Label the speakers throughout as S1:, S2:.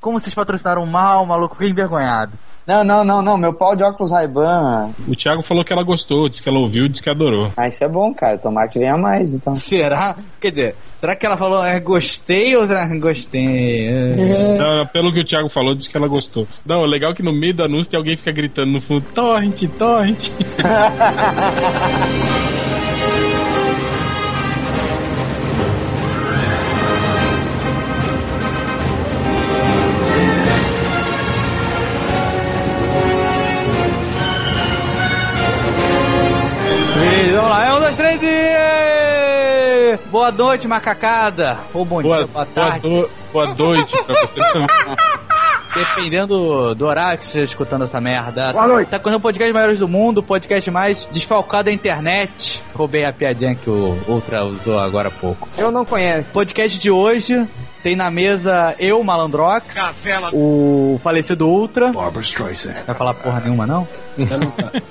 S1: como vocês patrocinaram mal, maluco, fiquei envergonhado.
S2: Não, não, não, não. Meu pau de óculos Ray-Ban.
S3: O Thiago falou que ela gostou, disse que ela ouviu, disse que adorou.
S2: Ah, isso é bom, cara. Tomara que venha mais, então.
S4: Será? Quer dizer, será que ela falou é, gostei ou será que gostei? É.
S3: Não, pelo que o Thiago falou, disse que ela gostou. Não, o legal é que no meio do anúncio tem alguém que fica gritando no fundo, torrent, torrent.
S4: Beleza, Vamos lá, é um, dois, três e... Boa noite, macacada. Ou bom dia, boa tarde.
S3: do- boa noite pra você também.
S4: Dependendo do horário que você esteja escutando essa merda. Boa noite. Tá quando o podcast maiores do mundo, o podcast mais desfalcado da internet. Roubei a piadinha que o Ultra usou agora há pouco.
S2: Eu não conheço.
S4: Podcast de hoje tem na mesa eu, Malandrox, o falecido Ultra.
S5: Barbara Streisand.
S4: Vai falar porra nenhuma, não?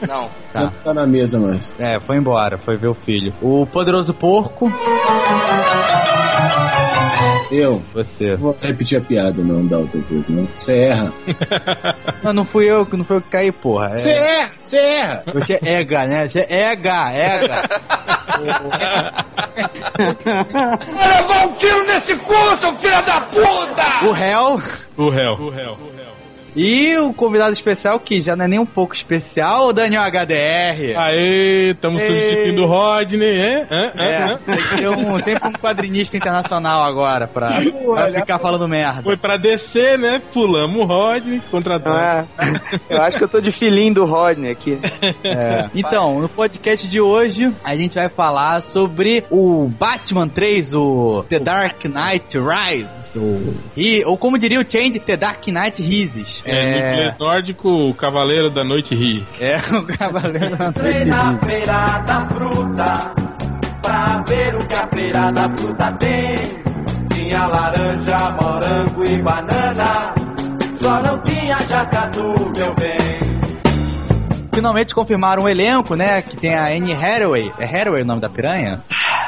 S6: Não.
S4: Tá.
S6: Não tá na mesa mais.
S4: É, foi embora, foi ver o filho. O Poderoso Porco,
S6: Eu
S4: você.
S6: não vou repetir a piada, não, da outra coisa, não. Você erra.
S4: Não, não fui eu, que não foi eu que caí, porra.
S6: Você
S4: É,
S6: erra! Você erra!
S4: você é ega, né? Você é ega, ega. O réu
S3: O réu. O réu.
S4: e o convidado especial, que já não é nem um pouco especial, o Daniel HDR.
S3: Aê, tamo
S4: Ei.
S3: substituindo o Rodney, é? Hã? Hã?
S4: É,
S3: Hã?
S4: tem que ter um, sempre um quadrinista internacional agora pra, pra ficar falando merda.
S3: Foi pra descer, né? Pulamos o Rodney,
S2: Não
S3: contratamos.
S2: é? Eu acho que eu tô de filhinho do Rodney aqui.
S4: É. Então, no podcast de hoje, a gente vai falar sobre o Batman 3, o The Dark Knight Rises, ou, e- ou como diria o Change, The Dark Knight Rises.
S3: É, no inglês nórdico, o Cavaleiro da Noite ri.
S4: é, o Cavaleiro da Noite Rises.
S7: Feira da fruta, pra ver o que a feira da fruta tem. Tinha laranja, morango e banana, só não tinha jacatu, meu bem.
S4: Finalmente confirmaram o elenco, né, que tem a Anne Hathaway, é Hathaway o nome da piranha?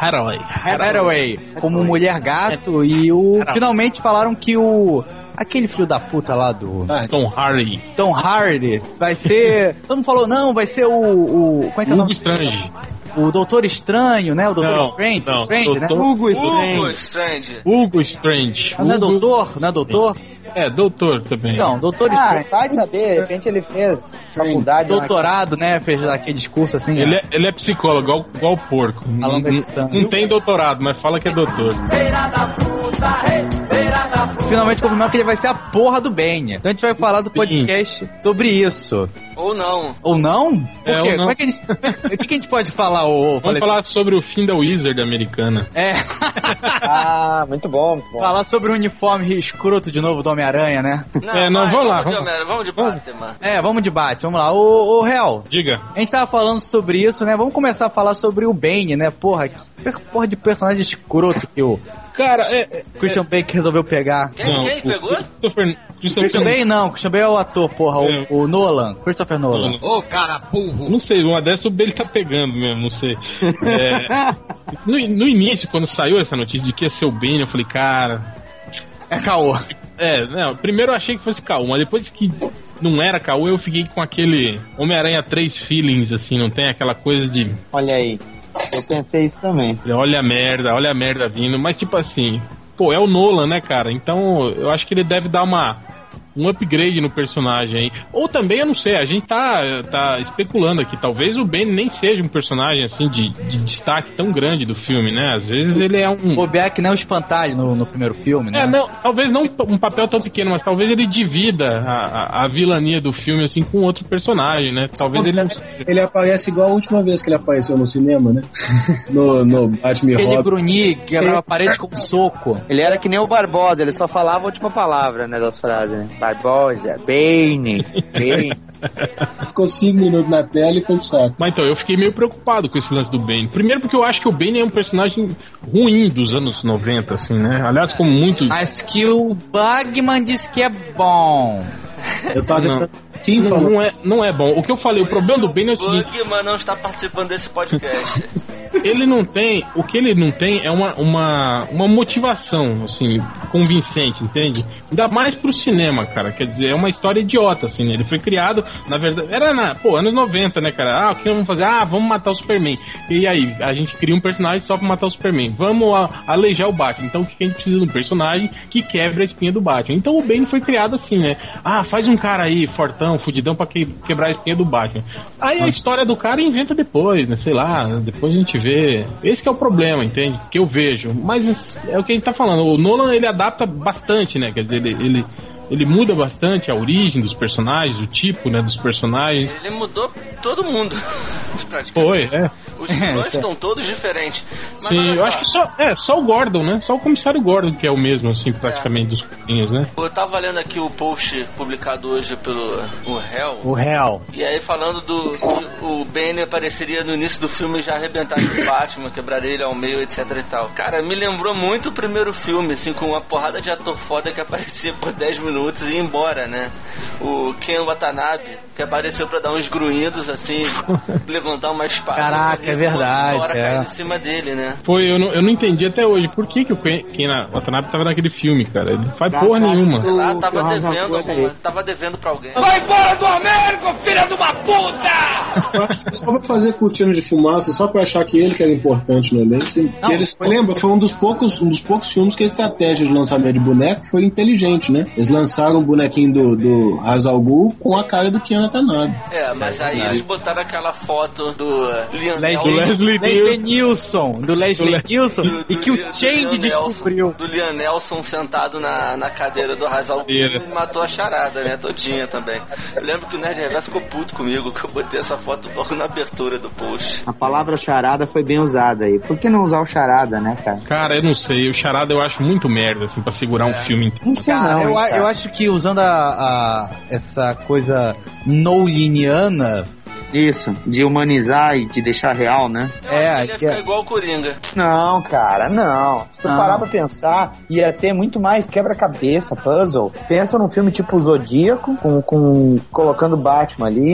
S3: Herói.
S4: Hathaway, como mulher gato, e o... Finalmente falaram que o... Aquele filho da puta lá do...
S6: Ah,
S3: Tom Hardy.
S4: Tom Hardy, vai ser. Todo mundo falou, não, vai ser o. o como é que é o
S3: Hugo
S4: nome?
S3: Strange.
S4: O Doutor Estranho, né? O Doutor
S3: Não,
S4: Strange,
S3: não,
S4: Strange, né?
S3: Doutor-
S2: Hugo
S6: Hugo.
S2: Strange.
S6: Strange.
S3: Hugo Strange.
S4: Mas não é
S3: Hugo-
S4: doutor? Não é doutor?
S3: É, doutor também.
S4: Então, Doutor
S2: Ah,
S4: Estranho.
S2: vai saber. De repente ele fez faculdade.
S4: Doutorado, né? Fez aquele discurso assim.
S3: Ele é, ele é psicólogo, igual, igual o porco. Não,
S4: Falando da
S3: não-
S4: distância.
S3: não tem doutorado, mas fala que é doutor.
S7: Feira da fruta, hey, feira da fruta.
S4: Finalmente confirmaram que ele vai ser a porra do Ben. Então a gente vai falar do podcast sobre isso.
S5: Ou não.
S4: Ou não? Por
S3: É,
S4: quê?
S3: ou não.
S4: Como é que a gente. o que, que a gente pode falar, ô? ô,
S3: Vamos
S4: Falecido?
S3: falar sobre o fim da Wizard americana.
S4: É,
S2: Ah, muito bom, muito bom.
S4: falar sobre o uniforme escroto de novo do Homem-Aranha, né?
S5: Não,
S3: É, não,
S5: vai,
S3: vamos lá,
S5: Vamos de,
S3: vamos lá.
S5: Homero, vamos de Batman.
S4: É, vamos de bate, vamos lá. Ô, ô Real,
S3: Diga.
S4: A gente tava falando sobre isso, né? Vamos começar a falar sobre o Bane, né? Porra, que per- porra de personagem escroto que o
S3: Cara, é. é-
S4: Christian Bane resolveu pegar.
S5: Quem, quem
S3: o
S5: pegou?
S3: Christopher,
S4: Christian
S3: Christopher,
S4: Bane não, Christian Bane é o ator, porra,
S3: É.
S4: o, o Nolan, Christopher Nolan.
S5: Ô, cara burro.
S3: Não sei, uma dessa o Bale tá pegando mesmo, não sei. É, no, no início, quando saiu essa notícia de que ia ser o Bane, eu falei, cara.
S4: É caô.
S3: É, não, primeiro eu achei que fosse Caô, mas depois que não era Caô, eu fiquei com aquele Homem-Aranha 3 feelings, assim, não tem aquela coisa de
S2: Olha aí. Eu pensei isso também.
S3: olha a merda, olha a merda vindo, mas tipo assim, pô, é o Nolan, né, cara? Então eu acho que ele deve dar uma um upgrade no personagem aí. Ou também, eu não sei, a gente tá, tá especulando aqui. Talvez o Ben nem seja um personagem assim de, de destaque tão grande do filme, né? Às vezes ele é um.
S4: O Beck não é o espantalho no, no primeiro filme, né?
S3: É, não, talvez não um papel tão pequeno, mas talvez ele divida a, a, a vilania do filme assim com outro personagem, né? Talvez ele não seja.
S6: Ele aparece igual a última vez que ele apareceu no cinema, né? No, no Batman e
S4: Aquele
S6: Robin.
S4: grunhir que quebrava a parede com um soco.
S2: Ele era que nem o Barbosa, ele só falava a última palavra, né, das frases. né? Barbosa, Bane, Bane.
S6: Ficou 5 minutos na tela e foi pro saco.
S3: Mas então, eu fiquei meio preocupado com esse lance do Bane. Primeiro porque eu acho que o Bane é um personagem ruim dos anos 90, assim, né? Aliás, como muitos...
S4: Mas que o Bugman disse que é bom.
S6: Eu tava
S3: Não.
S6: tentando. Quem
S3: Não,
S6: falou?
S3: não é, não é bom. O que eu falei, o problema do Bane é o seguinte...
S5: Bugman não está participando desse podcast.
S3: ele não tem, o que ele não tem é uma, uma, uma motivação, assim, convincente, entende? Ainda mais pro cinema, cara. Quer dizer, é uma história idiota, assim, né? Ele foi criado, na verdade, era na, pô, anos 90, né, cara? Ah, o que vamos fazer? Ah, vamos matar o Superman. E aí, a gente cria um personagem só pra matar o Superman. Vamos a- aleijar o Batman. Então, o que a gente precisa de um personagem que quebra a espinha do Batman? Então, o Bane foi criado assim, né? Ah, faz um cara aí, fortão, fudidão, pra que- quebrar a espinha do Batman. Aí, a história do cara inventa depois, né? Sei lá, depois a gente vê. Esse que é o problema, entende? Que eu vejo. Mas é o que a gente tá falando. O Nolan, ele adapta bastante, né? Quer dizer, ele... ele ele muda bastante a origem dos personagens, o tipo, né, dos personagens.
S5: Ele mudou todo mundo. praticamente.
S3: Foi, é.
S5: Os vilões
S4: Essa-
S5: estão todos diferentes. Mas
S3: Sim,
S5: olha
S3: eu
S5: só,
S3: acho que só, é, só o Gordon, né? Só o comissário Gordon que é o mesmo, assim,
S5: É.
S3: praticamente dos coquinhos, né?
S5: Eu tava lendo aqui o post publicado hoje pelo o Hell.
S4: O réu.
S5: E aí falando do que o Bane apareceria no início do filme e já arrebentar com o Batman, quebrar ele ao meio, etc e tal. Cara, me lembrou muito o primeiro filme, assim, com uma porrada de ator foda que aparecia por 10 minutos e ia embora, né? O Ken Watanabe, que apareceu pra dar uns grunhidos, assim, levantar uma espada.
S4: Caraca,
S5: e
S4: é verdade,
S5: Embora
S4: é.
S5: caindo em cima dele, né?
S3: Foi, eu não, eu não entendi até hoje por que, que o Ken Ken Watanabe tava naquele filme, cara. Ele não faz porra nenhuma.
S5: Ah,
S2: O-
S5: tava
S2: o Hazard
S5: devendo
S2: Cohen
S5: alguma,
S2: aí.
S5: tava devendo pra alguém.
S6: Eu acho que é só pra fazer cortina de fumaça, só pra achar que ele que era importante no elenco. Que
S4: Não.
S6: eles, lembra, foi um dos, poucos, um dos poucos filmes que a estratégia de lançamento de boneco foi inteligente, né? Eles lançaram o bonequinho do, do Hazal Gul com a cara do Keanu Tanabe.
S5: É, mas aí eles botaram aquela foto do Leonel
S4: Leslie,
S3: Leslie
S4: Leslie Nilson. Do Leslie Nilson. E que o Change descobriu.
S5: Do Lian Nelson sentado na, na cadeira do Razal
S3: Cadeira.
S5: e matou a charada, né? Todinha também. Eu lembro que o Nerd Reverso ficou puto comigo, que eu botei essa foto logo na abertura do post.
S2: A palavra charada foi bem usada aí. Por que não usar o charada, né, cara?
S3: Cara, eu não sei. O Charada eu acho muito merda, assim, pra segurar
S2: É.
S3: um filme inteiro.
S2: Não sei não,
S4: eu,
S2: hein,
S4: a-
S2: cara.
S4: eu acho que usando a, a- essa coisa noliniana,
S2: Isso, de humanizar e de deixar real, né?
S5: Eu
S4: É,
S5: acho que ele ia
S4: que é-
S5: ficar igual o Coringa.
S2: Não, cara, não. Se tu
S4: Não.
S2: parar pra pensar, ia ter muito mais quebra-cabeça, puzzle. Pensa num filme tipo Zodíaco, com, com- colocando Batman ali e,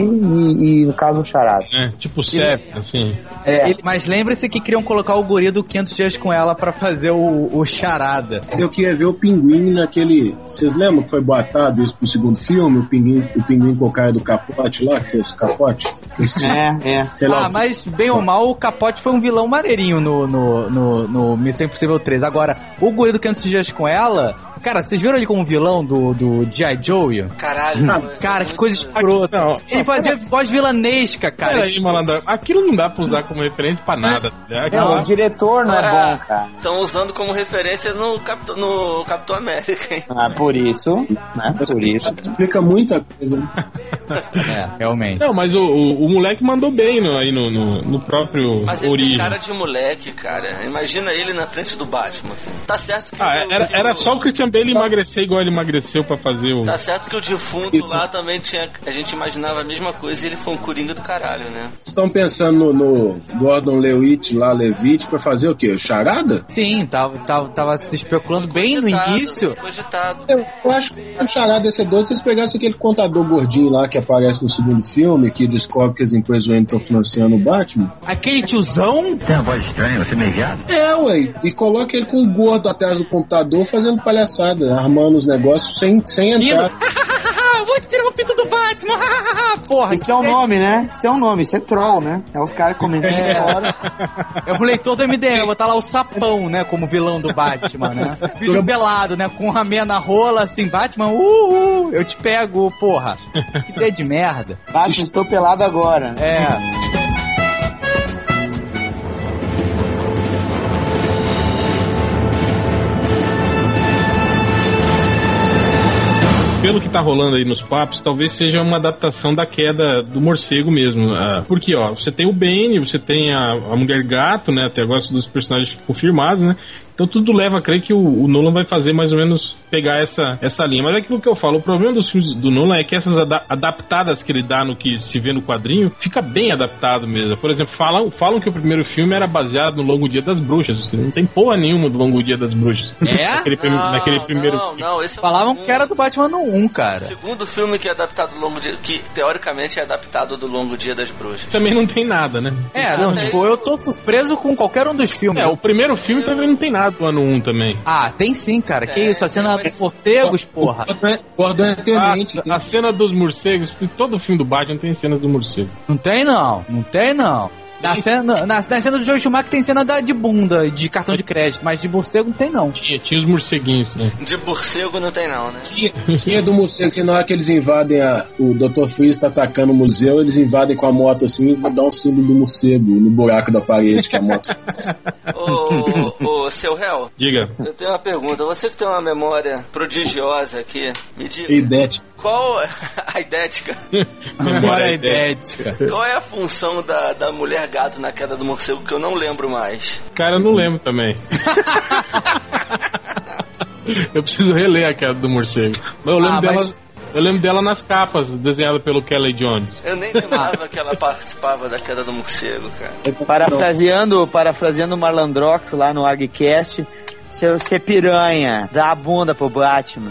S2: e, no caso, o Charada.
S3: Né? Tipo Seven, assim.
S2: É.
S4: Ele- mas lembre-se que queriam colocar o guri do 500 dias com ela pra fazer o, o charada.
S6: Eu queria ver o pinguim naquele. Vocês lembram que foi boatado isso pro segundo filme? O pinguim, o pinguim com a cara do capote lá, que fez capote? Eu esqueci.
S2: É, é.
S6: Sei lá.
S4: Ah, mas bem ou mal, o Capote foi um vilão maneirinho no, no, no, no Missão Impossível 3. Agora, o guri do 500 dias com ela... Cara, vocês viram ele como vilão do, do G.I. Joe?
S5: Caralho. foi-
S4: Ah, Cara, que
S5: foi
S4: coisa
S5: muito-
S4: escrota.
S3: Não,
S4: Ele fazia voz vilanesca, cara.
S5: É.
S3: peraí, malandro. Aquilo não dá pra usar como referência pra nada. né? Aquilo
S2: É. Não,
S3: lá-
S2: o diretor não é
S5: Ah.
S2: bom, cara.
S5: Estão usando como referência no, Capitão- no Capitão América, hein?
S2: Ah, por isso, né? Por isso.
S6: Explica muita coisa. né?
S4: É, realmente.
S3: Não, mas o, o, o moleque mandou bem no, aí no, no, no próprio
S5: Mas ele tem
S3: Origem.
S5: cara de moleque, cara. Imagina ele na frente do Batman. assim. Tá certo que
S3: Ah,
S5: o-
S3: era, era só o Christian Bale emagrecer igual ele emagreceu pra fazer o.
S5: Tá certo que o defunto lá também tinha. A gente imaginava a mesma coisa e ele foi um coringa do caralho, né?
S6: Vocês estão pensando no, no Gordon Lewitt lá, Levitt, pra fazer o quê? O charada?
S4: Sim, tava, tava, tava se especulando bem no
S5: Cogitado,
S4: início.
S5: Cogitado.
S6: Eu, eu acho que o charada ia ser doido se eles pegassem aquele contador gordinho lá que aparece no segundo filme, que descobre que as empresas ainda estão financiando o Batman.
S4: Aquele tiozão?
S6: É, ué, e coloca ele com o gordo atrás do computador fazendo palhaçada, armando os negócios sem, sem entrar.
S4: Ah, vou tirar o pinto do Batman! Porra,
S2: Isso é um nome, né? Isso é um nome, isso é troll, né? É os caras comentando fora.
S4: É o leitor do MDM, botar tá lá o sapão, né? Como vilão do Batman, né? Vídeo pelado, né? Com a meia na rola, assim, Batman, uhul, eu te pego, porra. Que ideia de merda.
S2: Batman, estou pelado agora. né?
S4: É.
S3: Pelo que tá rolando aí nos papos, talvez seja uma adaptação da queda do morcego mesmo. ah, Porque, ó, você tem o Bane, você tem a, a Mulher Gato, né? Até agora são dos personagens confirmados, né? Então tudo leva a crer que o, o Nolan vai fazer mais ou menos pegar essa, essa linha. Mas é aquilo que eu falo, o problema dos filmes do Nolan é que essas ada- adaptadas que ele dá no que se vê no quadrinho, fica bem adaptado mesmo. Por exemplo, falam, falam que o primeiro filme era baseado no Longo Dia das Bruxas. Não tem porra nenhuma do Longo Dia das Bruxas.
S4: É?
S3: Naquele, prim- naquele primeiro
S5: não,
S3: filme.
S5: não, esse é o
S4: Falavam
S5: segundo.
S4: que era do Batman no 1, cara.
S5: Segundo filme que é adaptado do longo dia, que teoricamente é adaptado do longo dia das bruxas.
S3: Também não tem nada, né?
S4: É, não, tipo, eu tô surpreso com qualquer um dos filmes.
S3: É, o primeiro filme também não tem nada do ano 1 também.
S4: Ah, tem sim, cara. Que
S5: É,
S4: isso? A cena
S5: mas-
S4: dos morcegos, porra.
S6: Gordon é- Gordon é
S3: A,
S6: tenente. tem-
S3: a cena dos morcegos, todo filme do Batman tem cenas do morcego.
S4: Não tem não, não tem não. Na cena, na, na cena do Joe Schumacher tem cena da, de bunda, de cartão de crédito, mas de morcego não tem não.
S3: Tinha, tinha os morceguinhos, né?
S5: De morcego não tem não, né?
S6: Tinha, tinha do morcego, assim, na hora que eles invadem a, o Dr. Freeze tá atacando o museu, eles invadem com a moto assim e dá um símbolo do morcego no buraco da parede que a moto fez.
S5: Ô, ô, ô, seu réu,
S3: Diga.
S5: eu tenho uma pergunta. Você que tem uma memória prodigiosa aqui, me diga,
S6: E Death.
S5: qual é a idética?
S4: Memória
S3: é,
S4: idética.
S5: Qual é a função da, da mulher gato na queda do morcego que eu não lembro mais?
S3: é, Cara, eu não lembro também. eu preciso reler a queda do morcego. Mas eu lembro
S4: Ah,
S3: dela.
S4: mas-
S3: Eu lembro dela nas capas, desenhada pelo Kelly Jones.
S5: Eu nem lembrava que ela participava da queda do morcego, cara.
S2: Parafraseando, parafraseando o Marlandrox lá no ArgCast, se você piranha, dá a bunda pro Batman.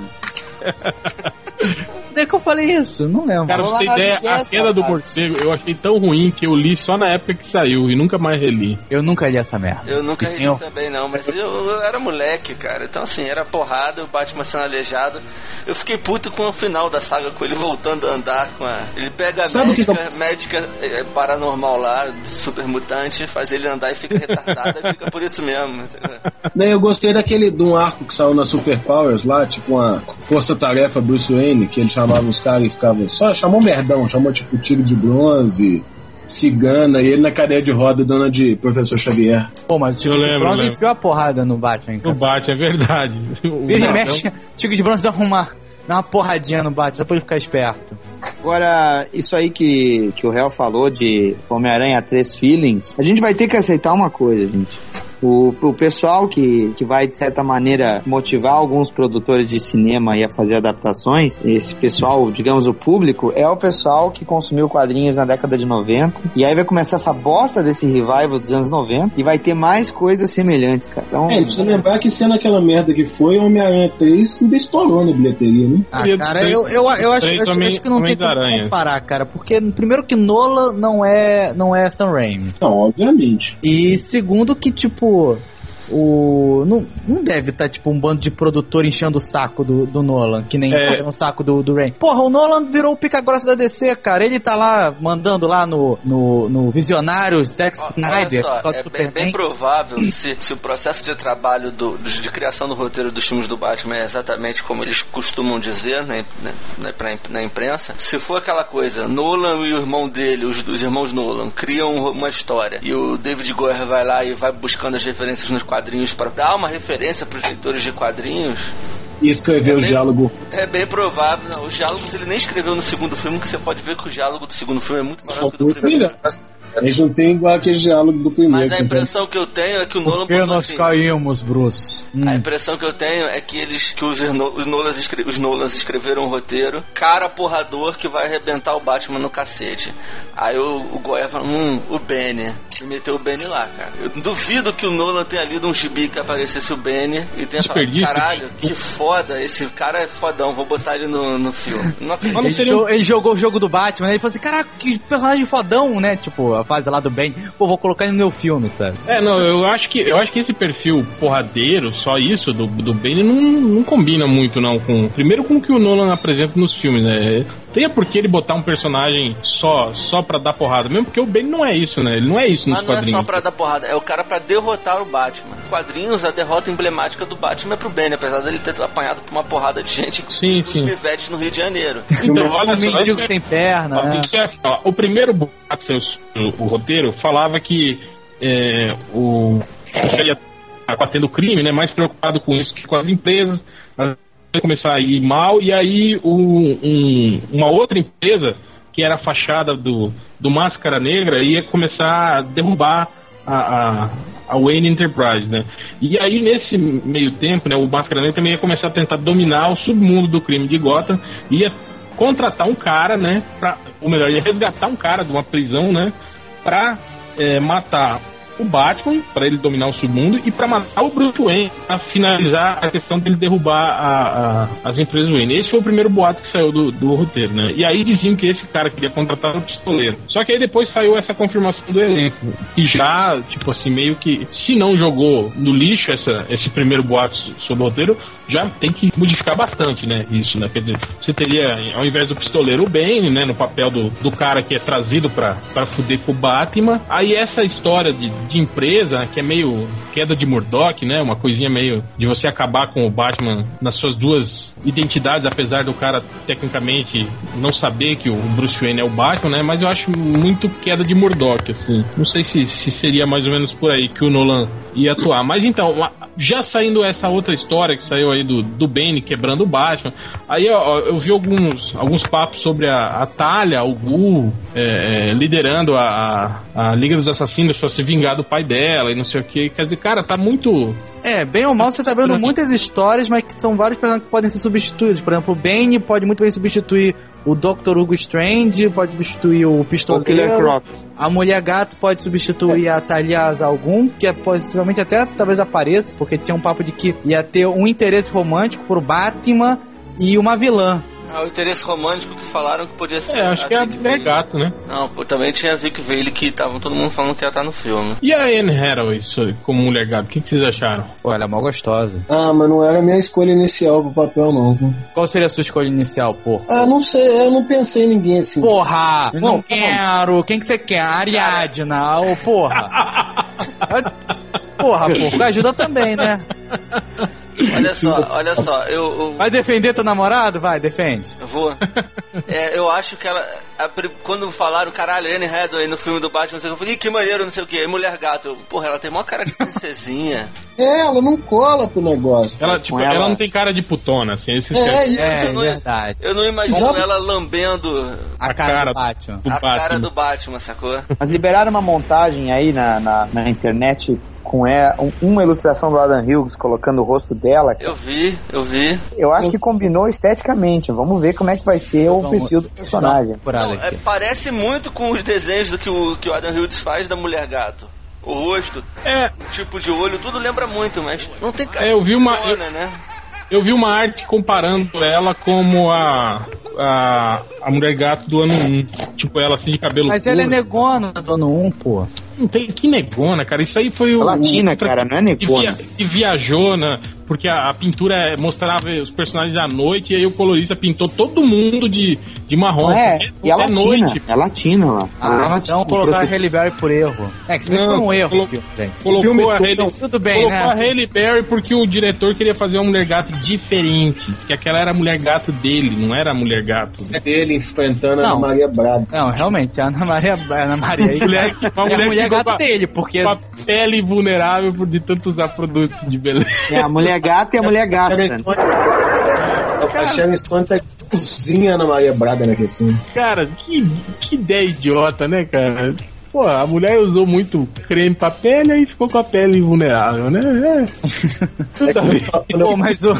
S4: Onde é que eu falei isso? Não lembro.
S3: Cara, pra você ter
S2: lá,
S3: ideia,
S2: que é
S3: a
S2: essa,
S3: queda do
S2: cara?
S3: morcego eu achei tão ruim que eu li só na época que saiu e nunca mais reli.
S4: Eu nunca li essa merda.
S5: Eu nunca ri
S4: Eu-
S5: também não, mas eu, eu era moleque, cara. Então assim, era porrada, o Batman sendo aleijado. Eu fiquei puto com o final da saga, com ele voltando a andar com a. Ele pega a
S6: Sabe o que
S5: médica, médica eh, paranormal lá, super mutante, faz ele andar e fica retardado e fica por isso mesmo. entendeu?
S6: Né, eu gostei daquele de um arco que saiu na Super Powers lá, tipo uma força-tarefa Bruce Wayne, que ele chamava os caras e ficava só chamou merdão, chamou tipo tiro de bronze, cigana, e ele na cadeia de roda dona de professor Xavier.
S4: Pô, mas o Tico
S3: Eu
S4: de
S3: lembro,
S4: Bronze
S3: lembro.
S4: enfiou a porrada no Batman.
S3: No
S4: cara.
S3: Batman, é verdade. O
S4: Vira e
S3: Batman-
S4: mexe, Tico de Bronze dá uma, dá uma porradinha no Batman, só pra ele ficar esperto.
S2: Agora, isso aí que, que o réu falou de Homem-Aranha três feelings, a gente vai ter que aceitar uma coisa, gente. O, o pessoal que, que vai, de certa maneira, motivar alguns produtores de cinema aí a fazer adaptações, esse pessoal, digamos, o público, é o pessoal que consumiu quadrinhos na década de 90. E aí vai começar essa bosta desse revival dos anos 90 e vai ter mais coisas semelhantes, cara. Então,
S6: É, e precisa lembrar que sendo aquela merda que foi, Homem-Aranha 3 ainda estourou na bilheteria, né?
S4: Ah,
S3: Queria
S4: cara,
S3: três-
S4: eu, eu, eu acho,
S3: três
S4: eu acho-
S3: Homem-
S4: acho que não tem
S3: Homens da
S4: como
S3: Aranha.
S4: comparar, cara. Porque, primeiro, que Nola não é, não é Sam Raimi.
S6: Não, obviamente.
S4: E segundo que, tipo, o. Não, não deve estar, tipo, um bando de produtor enchendo o saco do, do Nolan, que nem
S3: É.
S4: encheu o saco do, do Rain. Porra, o Nolan virou o pica grossa da DC, cara. Ele tá lá mandando lá no, no, no Visionários, Zack
S5: Ó,
S4: Snyder,
S5: Olha só,
S4: Todd
S5: é bem,
S4: Superman.
S5: bem provável se, se o processo de trabalho do, de de criação do roteiro dos filmes do Batman é exatamente como eles costumam dizer na, im- na, na, pra im- na imprensa. Se for aquela coisa, Nolan e o irmão dele, os, os irmãos Nolan, criam um- uma história e o David Goyer vai lá e vai buscando as referências nos quadrinhos para dar uma referência para os leitores de quadrinhos,
S6: E escrever o
S5: bem-
S6: diálogo
S5: é bem provável. Não, os diálogos ele nem escreveu no segundo filme, que você pode ver que o diálogo do segundo filme é muito maior
S6: são
S5: que o do
S6: muito
S5: primeiro.
S6: melhores. Eles não tem igual aquele diálogo do primeiro.
S5: Mas a
S6: que tem.
S5: impressão que eu tenho é que o Nolan
S4: Que
S5: botou
S4: nós
S5: assim,
S4: caímos, Bruce. Hum.
S5: A impressão que eu tenho é que eles que os, Erno- os, Nolans, escre- os Nolans escreveram um roteiro, cara porrador que vai arrebentar o Batman no cacete. Aí o, o Goya fala, hum, o Benny. E meteu o Benny lá, cara. Eu duvido que o Nolan tenha lido um gibi que aparecesse o Benny e tenha falado,
S3: Desperdício. né?
S5: caralho, que foda, esse cara é fodão, vou botar ele no, no filme. Não acredito.
S3: Mas não
S4: Ele,
S3: seria um-
S4: jo- ele jogou o jogo do Batman, né? Ele falou assim, caraca, que personagem fodão, né? Tipo, a fase lá do Ben. Pô, vou colocar ele no meu filme, sabe?
S3: É, não, eu acho que eu acho que esse perfil porradeiro, só isso, do, do Bane, não, não combina muito, não, com. Primeiro com o que o Nolan apresenta nos filmes, né? Tem por que ele botar um personagem só, só pra dar porrada, mesmo porque o Bane não é isso, né? Ele não é isso nos
S5: Mas não é
S3: quadrinhos.
S5: só pra dar porrada, é o cara pra derrotar o Batman. Nos quadrinhos, a derrota emblemática do Batman é pro Benny, apesar dele ter apanhado por uma porrada de gente,
S3: Sim,
S5: inclusive
S3: sim.
S5: os pivetes no Rio de Janeiro.
S3: Então,
S4: Um
S3: olha só, isso
S4: mendigo
S3: é-
S4: sem perna,
S3: Ó,
S4: né?
S3: isso é- ó, o primeiro buraco que saiu sobre o roteiro falava que é, o ele ia estar combatendo o crime, né? Mais preocupado com isso que com as empresas, as empresas começar a ir mal e aí o- um- uma outra empresa que era a fachada do, do Máscara Negra ia começar a derrubar a, a, a Wayne Enterprise, né? E aí, nesse meio tempo, né, o Máscara Negra também ia começar a tentar dominar o submundo do crime de Gotham, ia contratar um cara, né? Pra, ou melhor, ia resgatar um cara de uma prisão, né? Pra eh, matar o Batman, pra ele dominar o submundo, e pra matar o Bruce Wayne, pra finalizar a questão dele derrubar a, a- as empresas Wayne. Esse foi o primeiro boato que saiu do, do roteiro, né? E aí diziam que esse cara queria contratar era um pistoleiro. Só que aí depois saiu essa confirmação do elenco, que já, tipo assim, meio que, se não jogou no lixo essa, esse primeiro boato so- sobre o roteiro, já tem que modificar bastante, né? Isso, né? Quer dizer, você teria, ao invés do pistoleiro, o Bane, né? No papel do, do cara que é trazido pra, pra fuder com o Batman. Aí essa história de, de empresa, que é meio queda de Murdoch, né? Uma coisinha meio de você acabar com o Batman nas suas duas identidades, apesar do cara tecnicamente não saber que o Bruce Wayne é o Batman, né? Mas eu acho muito queda de Murdoch, assim. Não sei se, se seria mais ou menos por aí que o Nolan ia atuar. Mas então, a- já saindo essa outra história que saiu aí do, do Bane quebrando o Batman, aí ó, eu vi alguns, alguns papos sobre a, a Talia, o Gu, é, é, liderando a, a, a Liga dos Assassinos pra se vingar do pai dela e não sei o que. Quer dizer, cara, tá muito.
S4: É, bem ou mal, você tá vendo muitas histórias, mas que são vários personagens que podem ser substituídos. Por exemplo, o Bane pode muito bem substituir o Dr. Hugo Strange, pode substituir o
S2: O Killer
S4: Pistoleiro.
S2: Croc.
S4: A Mulher Gato pode substituir a Talia Algum, que é possivelmente até talvez apareça, porque tinha um papo de que ia ter um interesse romântico pro Batman e uma vilã.
S5: Ah, o interesse romântico que falaram que podia ser.
S3: É, acho que é a
S5: Vicky
S3: é
S5: Vale.
S3: gato, né?
S5: Não, pô, também tinha a Vic Vale que estavam todo mundo falando que ela tá no filme.
S3: E a Anne Hathaway so- como mulher gato, o que, que vocês acharam?
S4: Pô, ela é mó gostosa.
S6: Ah, mas não era a minha escolha inicial pro papel, não. viu?
S4: Qual seria a sua escolha inicial, pô?
S6: Ah, não sei, eu não pensei em ninguém assim.
S4: Porra!
S6: Não,
S4: Não
S6: tá bom.
S4: quero! Quem que você quer? A Ariadna? Ô, porra! porra, porra, ajuda também, né?
S5: Olha só, olha só, eu. eu...
S4: Vai defender teu namorado? Vai, defende.
S5: eu Vou. É, eu acho que ela. a pri- quando falaram, caralho, Anne Hathaway no filme do Batman, não sei o que, eu falei, "Ih, que maneiro, não sei o que. Mulher gato. Eu, Porra, ela tem maior cara de princesinha.
S6: É, ela não cola pro negócio.
S3: Ela, tipo,
S2: ela-
S3: ela... não tem cara de putona, assim. Esse
S6: É, e-
S4: É,
S5: não-
S4: verdade.
S5: Eu não imagino
S6: Exato.
S5: ela lambendo
S4: A
S3: A
S4: cara,
S3: cara
S4: do Batman.
S3: do
S5: a cara
S3: Batman.
S5: do Batman, sacou?
S2: Mas liberaram uma montagem aí na, na, na internet com é, um- uma ilustração do Adam Hughes colocando o rosto dela.
S5: Eu vi, eu vi.
S2: Eu acho que combinou esteticamente. Vamos ver como é que vai ser o perfil do personagem.
S4: Não,
S5: Não, é,
S4: aqui.
S5: parece muito com os desenhos do que o, que o Adam Hughes faz da Mulher Gato. O rosto,
S3: É,
S5: o tipo de olho, tudo lembra muito, mas não tem cara.
S3: É, eu vi uma-
S5: bonitona, né?
S3: Eu vi uma arte comparando ela como a. a, a mulher gato do ano 1. Tipo, ela assim de cabelo.
S4: Mas ela é
S3: curto.
S4: negona, dono 1, pô.
S3: Não tem que negona, cara. Isso aí foi o.
S2: É latina,
S3: o-
S2: cara, não é
S3: Que, via,
S2: negona.
S3: que viajou, né? Porque a, a pintura é- mostrava os personagens à noite e aí o colorista pintou todo mundo de, de marrom.
S2: Não é?
S3: Porque
S2: E é
S3: é
S2: latina.
S3: noite.
S2: É latina lá. Ela é
S4: Ah,
S2: latina.
S4: então colocaram a Halle Berry por erro. É, que se bem que
S3: Não,
S4: foi um erro,
S3: colo-
S4: viu, gente.
S3: Colocou
S6: Filme
S3: a
S6: todo.
S3: Hailey,
S4: Tudo bem,
S3: colocou a
S4: né?
S3: Hailey Berry porque o diretor queria fazer uma mulher gato diferente. Que aquela era a mulher gato dele, não era a mulher gato.
S4: É,
S6: Ele enfrentando a
S4: Não.
S6: Ana Maria Braga.
S4: Não, realmente, a Ana Maria, a Ana Maria aí,
S3: Mulher-
S4: é a
S3: uma mulher
S4: mulher
S3: que
S4: gata
S3: rouba-
S4: dele, porque...
S3: Com a pele vulnerável por de tanto usar produto de beleza.
S2: É a mulher gata e a mulher
S5: Ah,
S2: gasta.
S6: Sharon Stone- A Sharon Stone tá igualzinha a Ana Maria Braga naquele filme.
S3: Cara, que, que ideia idiota, né, cara? Pô, a mulher usou muito creme pra pele e ficou com a pele vulnerável, né? É. Tudo
S6: É
S3: a
S6: como eu
S3: ver.
S6: falo, quando
S4: Pô,
S6: eu-
S4: mas o...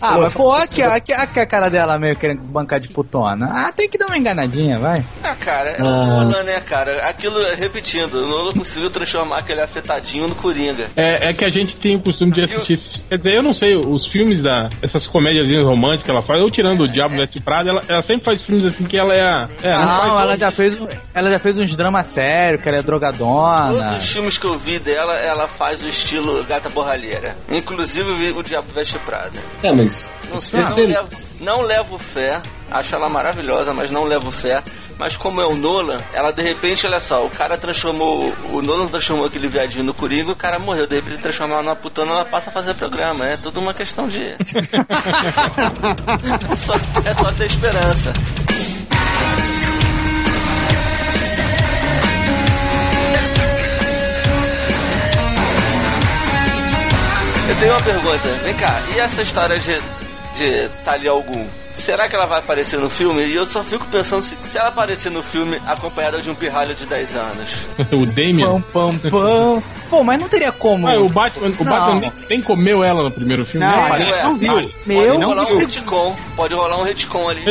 S4: Ah, mas pô, aqui, aqui, aqui a cara dela meio querendo bancar de putona. Ah, tem que dar uma enganadinha, vai.
S5: Ah, cara, é
S6: Ah.
S5: foda, né, cara? Aquilo, repetindo, o Nolan conseguiu transformar aquele afetadinho no Coringa.
S3: É, é que a gente tem o costume de assistir. esses- Quer dizer, eu não sei, os filmes da. Essas comédias românticas que ela faz, ou tirando o Diabo Veste Prado, ela, ela sempre faz filmes assim que ela é. a- é não
S5: Ah,
S3: faz
S4: Não, ela
S3: todos.
S4: já fez, um- ela já fez uns dramas sérios, que ela é drogadona.
S5: Todos os filmes que eu vi dela, ela faz o estilo gata borralheira. Inclusive eu vi o Diabo Veste Prada.
S6: É, mas.
S5: Não,
S6: esse-
S5: Ah,
S6: é
S5: não, é
S6: esse-
S5: levo, não levo fé, acho ela maravilhosa, mas não levo fé. Mas como é o Nolan, ela de repente, olha só, o cara transformou. O Nolan transformou aquele viadinho no Coringa, o cara morreu, de repente transformar ela numa putana, ela passa a fazer programa. É tudo uma questão de. é, só, é só ter esperança. Eu tenho uma pergunta, vem cá, e essa história de, de Thalia Algum? será que ela vai aparecer no filme? E eu só fico pensando se, se ela aparecer no filme acompanhada de um pirralho de 10 anos.
S3: o Damien.
S4: Pam, pam, pam. Pô, mas não teria como.
S3: Ah, o Batman, o
S4: Não.
S3: Batman nem, nem comeu ela no primeiro filme.
S2: Não,
S3: né?
S2: ele
S3: Parece-
S2: não viu.
S4: Meu, É.
S5: pode rolar um
S4: você-
S5: retcon, pode rolar um retcon ali.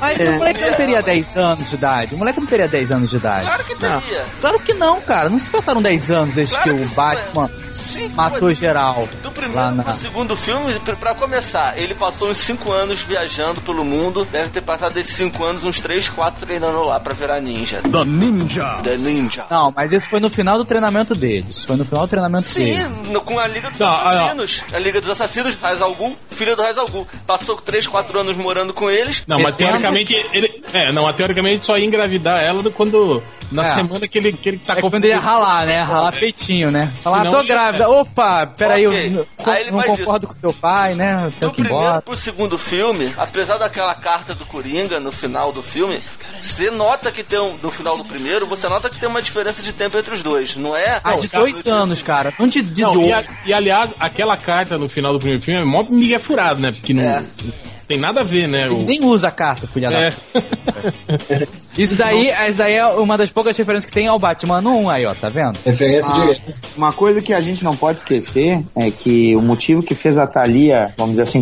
S4: Mas o moleque não teria 10 anos de idade. O moleque não teria 10 anos de idade.
S5: Claro que teria.
S4: Claro que não, cara. Não se passaram 10 anos desde
S5: Claro
S4: que
S5: que
S4: o
S5: foi.
S4: Batman
S5: Sim,
S4: matou
S5: pô,
S4: geral.
S5: Do
S4: lá
S5: primeiro
S4: na-
S5: pro segundo filme, pra- pra começar, ele passou uns 5 anos viajando pelo mundo. Deve ter passado esses 5 anos, uns 3, 4 treinando lá pra virar ninja.
S3: Ah.
S5: The Ninja. The Ninja.
S4: Não, mas isso foi no final do treinamento deles. Foi no final do treinamento
S5: Sim,
S4: deles.
S5: no- com a Liga dos
S3: Não, ah,
S5: Assassinos. A Liga dos Assassinos, Raiz Algum, filho do Raiz Algum. Passou 3, 4 anos morando com eles.
S3: Não, mas
S4: Ele-
S3: teoricamente ele. É, não, mas teoricamente só ia engravidar ela do- quando. Na
S4: É.
S3: semana que ele, que ele tá
S4: É quando ele ia ralar, né? Ralar peitinho, né? Falar,
S3: Senão
S4: tô
S3: ele-
S4: grávida. Opa, peraí,
S5: Ok.
S4: eu não-
S5: Aí ele
S4: não
S5: faz
S4: concordo com seu pai, né? Tenho
S5: Do
S4: que ir
S5: Então, primeiro
S4: embora.
S5: pro segundo filme, apesar daquela carta do Coringa no final do filme, você nota que tem um, no final do primeiro, você nota que tem uma diferença de tempo entre os dois, não é?
S4: Ah, de
S5: Não,
S4: dois anos, cara. Não de, de
S3: Não,
S4: dois.
S3: e, a- e, aliás, aquela carta no final do primeiro filme é mó migué furado, né? Porque não, tem nada a ver, né?
S4: Ele
S3: o-
S4: É. nem usa a carta, filha da
S3: É.
S4: Isso daí, isso daí é uma das poucas referências que tem ao Batman no 1 aí, ó, tá vendo?
S6: Referência
S5: Ah.
S6: direta.
S2: Ah. Uma coisa que a gente não pode esquecer é que o motivo que fez a Thalia, vamos dizer assim,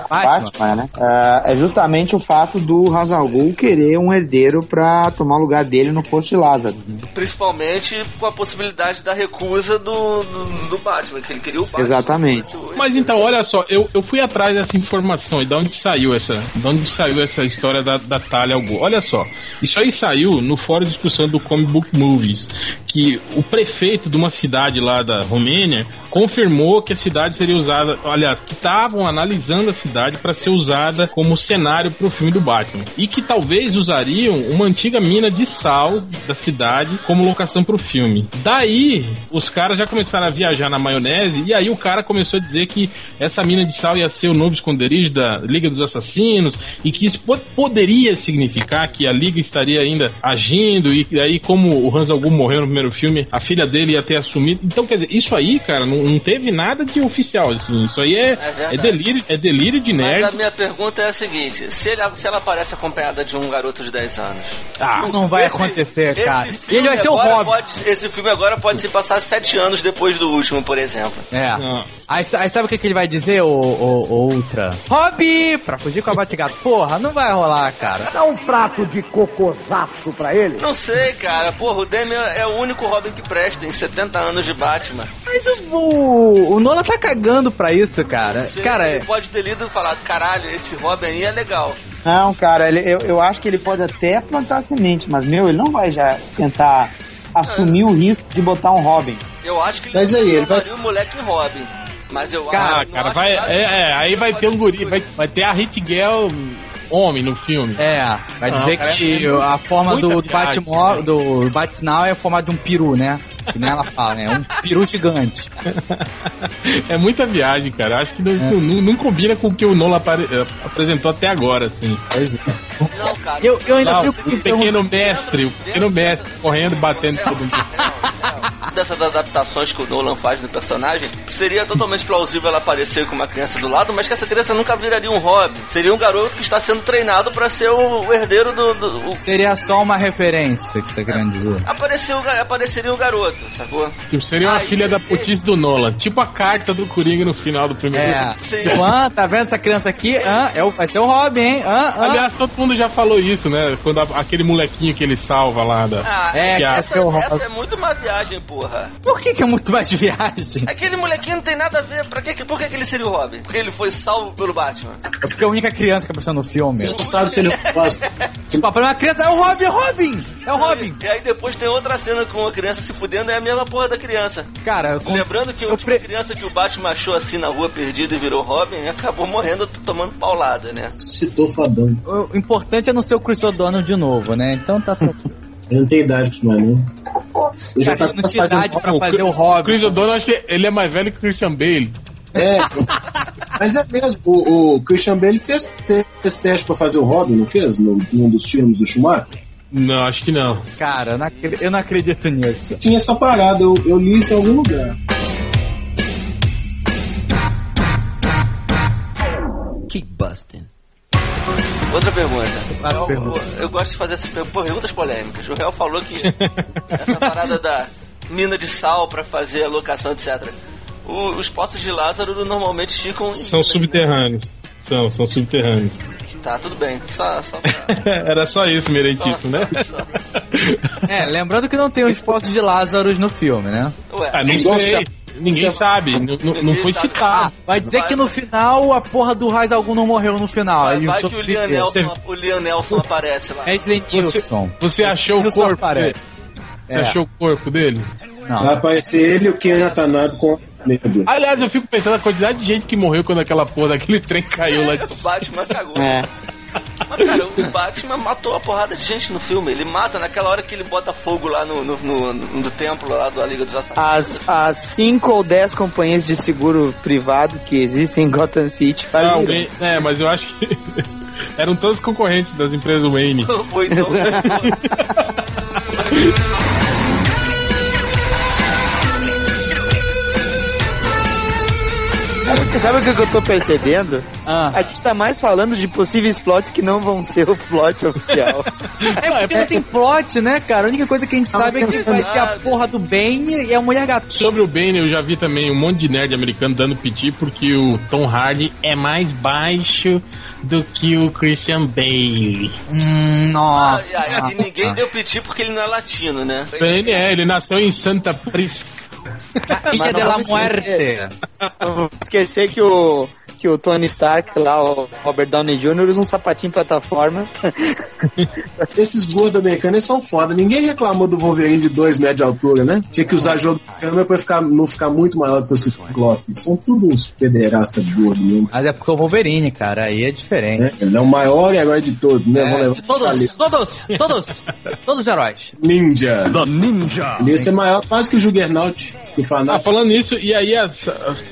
S4: Tá,
S2: com o Batman, né? ah, é justamente o fato do Hazal Gul querer um herdeiro pra tomar o lugar dele no posto de Lázaro.
S5: Principalmente com a possibilidade da recusa do, do, do Batman, que ele queria o Batman.
S2: Exatamente.
S3: Mas então, olha só, eu, eu fui atrás dessa informação e de onde saiu essa, de onde saiu essa história da, da Talia Algo. Olha só, isso aí saiu no fórum de discussão do Comic Book Movies, que o prefeito de uma cidade lá da Romênia confirmou que a cidade seria usada, aliás, que estavam analisando a cidade para ser usada como cenário para o filme do Batman e que talvez usariam uma antiga mina de sal da cidade como locação para o filme. Daí, os caras já começaram a viajar na maionese e aí o cara começou a dizer que essa mina de sal ia ser o novo esconderijo da Liga dos Assassinos e que isso po- poderia significar que a Liga estaria ainda agindo e que aí como o Hans Algum morreu no primeiro filme, a filha dele ia ter assumido. Então, quer dizer, isso aí, cara, não, não teve nada de oficial. assim. isso aí é, é,
S5: verdade.
S3: delírio, é delírio de
S5: Mas
S3: nerd.
S5: a minha pergunta é a seguinte: se, ele, se ela aparece acompanhada de um garoto de 10 anos,
S3: Ah,
S4: Isso não vai
S5: Esse-
S4: acontecer,
S5: esse
S4: É, cara. E
S5: filme
S4: ele vai ser o
S5: agora
S4: Robin.
S5: pode- esse filme agora pode se passar 7 anos depois do último, por exemplo.
S4: É.
S3: Não.
S4: Aí, sa- aí sabe o que, que ele vai dizer, ô, ô, ô, outra? Hobby! Pra fugir com a Batigato. Porra, não vai rolar, cara.
S5: Não sei, cara. Porra, o Damian é o único Robin que presta em 70 anos de Batman.
S4: Mas o, o, o Nolan tá cagando pra isso, cara.
S5: Você-
S4: Cara, é-
S5: ele pode ter lido e falado, caralho, esse Robin aí é legal.
S2: Não, cara, ele- eu, eu acho que ele pode até plantar semente, mas, meu, ele não vai já tentar assumir o risco de botar um Robin.
S5: Eu acho que ele
S6: Mas aí, ele vai-
S5: transformaria o moleque em Robin. Mas eu
S3: Ah,
S5: acho, não
S3: cara,
S5: acho
S3: vai,
S5: nada
S3: é,
S5: disso.
S3: é, aí vai
S5: Pode
S3: ter um guri,
S5: tudo.
S3: vai, vai ter a Hit Girl homem no filme.
S4: É, vai
S3: Não,
S4: dizer
S3: cara,
S4: que
S3: é muito-
S4: a forma
S3: muita
S4: do
S3: viagem,
S4: Batmo, do Bat-sinal é a forma de um peru, né? Que nem ela fala, né? Um peru gigante.
S3: É muita viagem, cara. Eu Acho que não,
S4: É.
S3: não- não combina com o que o Nolan apare- eh, apresentou até agora, assim.
S4: Pois é.
S5: Não, cara.
S4: Eu, eu ainda
S3: Lá, o
S4: fico me perguntando.
S3: pequeno mestre, o pequeno mestre correndo, batendo em todo mundo.
S5: Dessas adaptações que o Nolan faz no personagem, seria totalmente plausível ela aparecer com uma criança do lado, mas que essa criança nunca viraria um Robin. Seria um garoto que está sendo treinado pra ser o, o herdeiro do- do o-
S4: Seria só uma referência que você tá querendo dizer.
S5: Apareceu, o ga- apareceria o garoto, sacou?
S3: Que Seria uma
S5: Aí,
S3: filha
S4: é.
S3: da
S5: ele-
S3: putice do Nolan. Tipo a carta do Coringa no final do primeiro
S4: É.
S3: filme.
S5: Sim.
S4: Tipo, ah, tá vendo essa criança aqui? Ah, é o, vai ser o Robin, hein? Ah, ah.
S3: Aliás, todo mundo já falou isso, né? Quando a- aquele molequinho que ele salva lá da.
S5: Ah,
S4: É,
S5: essa,
S4: esse é o Robin.
S5: essa é muito uma viagem, porra.
S4: Por que, que é muito mais viagem?
S5: Aquele molequinho não tem nada a ver. Pra que, por que, que ele seria o Robin? Porque ele foi salvo pelo Batman.
S4: É porque é a única criança que apareceu no filme.
S6: Você não sabe se ele é um bosta.
S4: Tipo, a primeira criança é o Robin, é o Robin! É o Robin!
S5: E aí depois tem outra cena com a criança se fudendo, é a mesma porra da criança.
S4: Cara, com...
S5: Lembrando que a
S4: eu
S5: última
S4: pre-
S5: criança que o Batman achou assim na rua perdida e virou Robin acabou morrendo t- tomando paulada, né?
S6: Citou fodão.
S4: o importante é não ser o Chris O'Donnell de novo, né? Então tá tranquilo.
S6: Ele não tem idade pro Manu. Ele já
S4: Cara,
S6: tá
S4: eu não tinha
S6: fazendo
S4: idade pra
S3: O
S4: fazer o
S3: O
S4: Robin.
S3: Chris O'Donnell, acho que ele é mais velho que o Christian Bale.
S6: É. Mas é mesmo. O, o Christian Bale fez, fez teste pra fazer o Robin, não fez? No- Num dos filmes do Schumacher?
S3: Não, acho que não.
S4: Cara, eu não, acre- eu não acredito nisso.
S6: Tinha essa parada, eu, eu li isso em algum lugar.
S5: Outra pergunta.
S4: Faça
S5: eu,
S4: pergunta.
S5: eu- eu gosto de fazer essas per- perguntas polêmicas. O Real falou que essa parada da mina de sal pra fazer a locação, etc. O- os poços de Lázaro normalmente ficam. em
S3: São
S5: minas, né?
S3: subterrâneos. São, são subterrâneos.
S5: Tá, tudo bem. Só, só pra.
S3: Era só isso, merentíssimo, né?
S4: É, lembrando que não tem os postos de Lázaro no filme, né?
S5: Ué,
S3: Ah, não
S6: Igual
S3: sei. Ninguém sabe. Não, não- não foi
S4: Ah,
S3: citado.
S4: vai dizer
S5: Vai.
S4: que no final a porra do Raiz Algum não morreu no final.
S5: vai,
S4: Ele
S5: vai
S4: só
S5: que o
S4: viveu.
S5: Liam Nelson, o Liam Nelson aparece lá.
S4: É Leslie Nilsson.
S3: Você achou o
S4: Nilsson
S3: corpo dele?
S4: aparece. é.
S3: Você achou o corpo dele?
S4: Não.
S6: Vai aparecer ele e o Ken Watanabe com a medo.
S3: Aliás, eu fico pensando na quantidade de gente que morreu quando aquela porra daquele trem caiu lá de
S5: O Batman cagou.
S2: É.
S5: Mas, cara, o Batman matou a porrada de gente no filme. Ele mata naquela hora que ele bota fogo lá no, no, no- no- no templo lá da Liga dos Assassinos.
S2: As, as cinco ou dez companhias de seguro privado que existem em Gotham City
S3: Ah,
S2: faliram.
S3: alguém- É, mas eu acho que eram todos concorrentes das empresas Wayne.
S5: Ou então,
S2: Sabe o que que eu tô percebendo?
S4: Ah.
S2: A gente tá mais falando de possíveis plots que não vão ser o plot oficial.
S4: É porque não tem plot, né, cara? A única coisa que a gente sabe é que vai ter a porra do Bane e a mulher gata.
S3: Sobre o Bane, eu já vi também um monte de nerd americano dando piti porque o Tom Hardy é mais baixo do que o Christian Bale.
S4: Hum,
S5: ah,
S4: nossa.
S5: e aí, e ninguém deu piti porque ele não é latino, né?
S3: Ele é, ele nasceu em Santa Prisca.
S4: Ah, Ilha de
S2: não
S4: la
S2: vamos esquecer.
S4: Muerte.
S2: Não vamos Esquecer que o, que o Tony Stark, lá, o Robert Downey Jr., usa um sapatinho plataforma.
S6: Esses gordos americanos eles são foda. Ninguém reclamou do Wolverine de 2 metros de altura, né? Tinha que usar jogo de câmera pra ficar, não ficar muito maior do que o Ciclope. São tudo uns pederastas gordos mesmo.
S4: Mas é porque é o Wolverine, cara. Aí é diferente.
S6: Né? Ele é o maior herói de todos, né? Vamos
S4: É,
S6: levar
S4: de todos, todos, todos, todos os heróis.
S6: Ninja.
S3: The Ninja!
S6: Ele ia ser maior quase que o Juggernaut do
S3: Ah,
S6: Fanático.
S3: falando nisso, e aí as- as-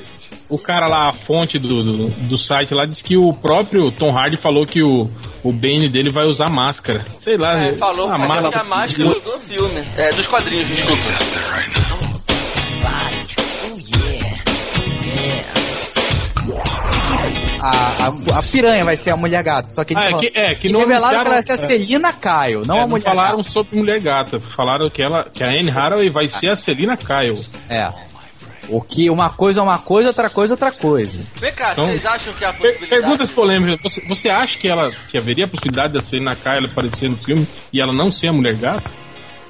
S3: o cara lá, a fonte do, do, do site lá, diz que o próprio Tom Hardy falou que o, o Bane dele vai usar máscara. Sei lá,
S5: É, falou
S3: a
S5: mas é que
S3: máscara-
S5: a máscara do filme. É, dos quadrinhos, desculpa.
S4: A, a, a piranha vai ser a mulher gata. Só que a gente
S3: Ah, é
S4: fala-
S3: que- é, que
S4: e
S3: não
S4: revelaram que ela vai ser a
S3: anunciaram- é.
S4: Celina Caio, não
S3: É,
S4: a
S3: não
S4: mulher
S3: falaram
S4: gata.
S3: sobre Mulher Gata, falaram que, ela, que a Anne Hathaway vai ser a Celina Kyle.
S4: É. O que uma coisa é uma coisa, outra coisa é outra coisa.
S5: Vem cá,
S3: Então,
S5: vocês acham que a
S3: Per-
S5: possibilidade...
S3: Perguntas polêmicas. Você, você acha que ela que haveria a possibilidade da Selena Kyle aparecer no filme e ela não ser a mulher gata?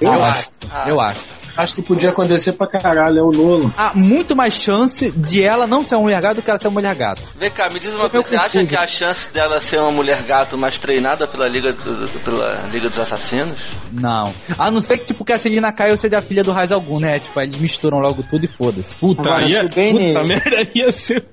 S4: Eu,
S5: acho.
S4: acho. Eu acho.
S6: Acho que podia acontecer pra caralho, é o Nolan.
S4: Há muito mais chance de ela não ser uma mulher gata do que ela ser uma mulher gata.
S5: Vem cá, me diz uma coisa, você acha que a chance dela ser uma mulher gato mais treinada pela Liga, do- do- pela Liga dos Assassinos?
S4: Não. A não ser que, tipo, que a Celina Caio seja a filha do Raiz Algum, né? Tipo, eles misturam logo tudo e foda-se.
S3: Puta,
S2: Agora,
S3: ia,
S2: se o Bane-
S3: puta merda, ia ser.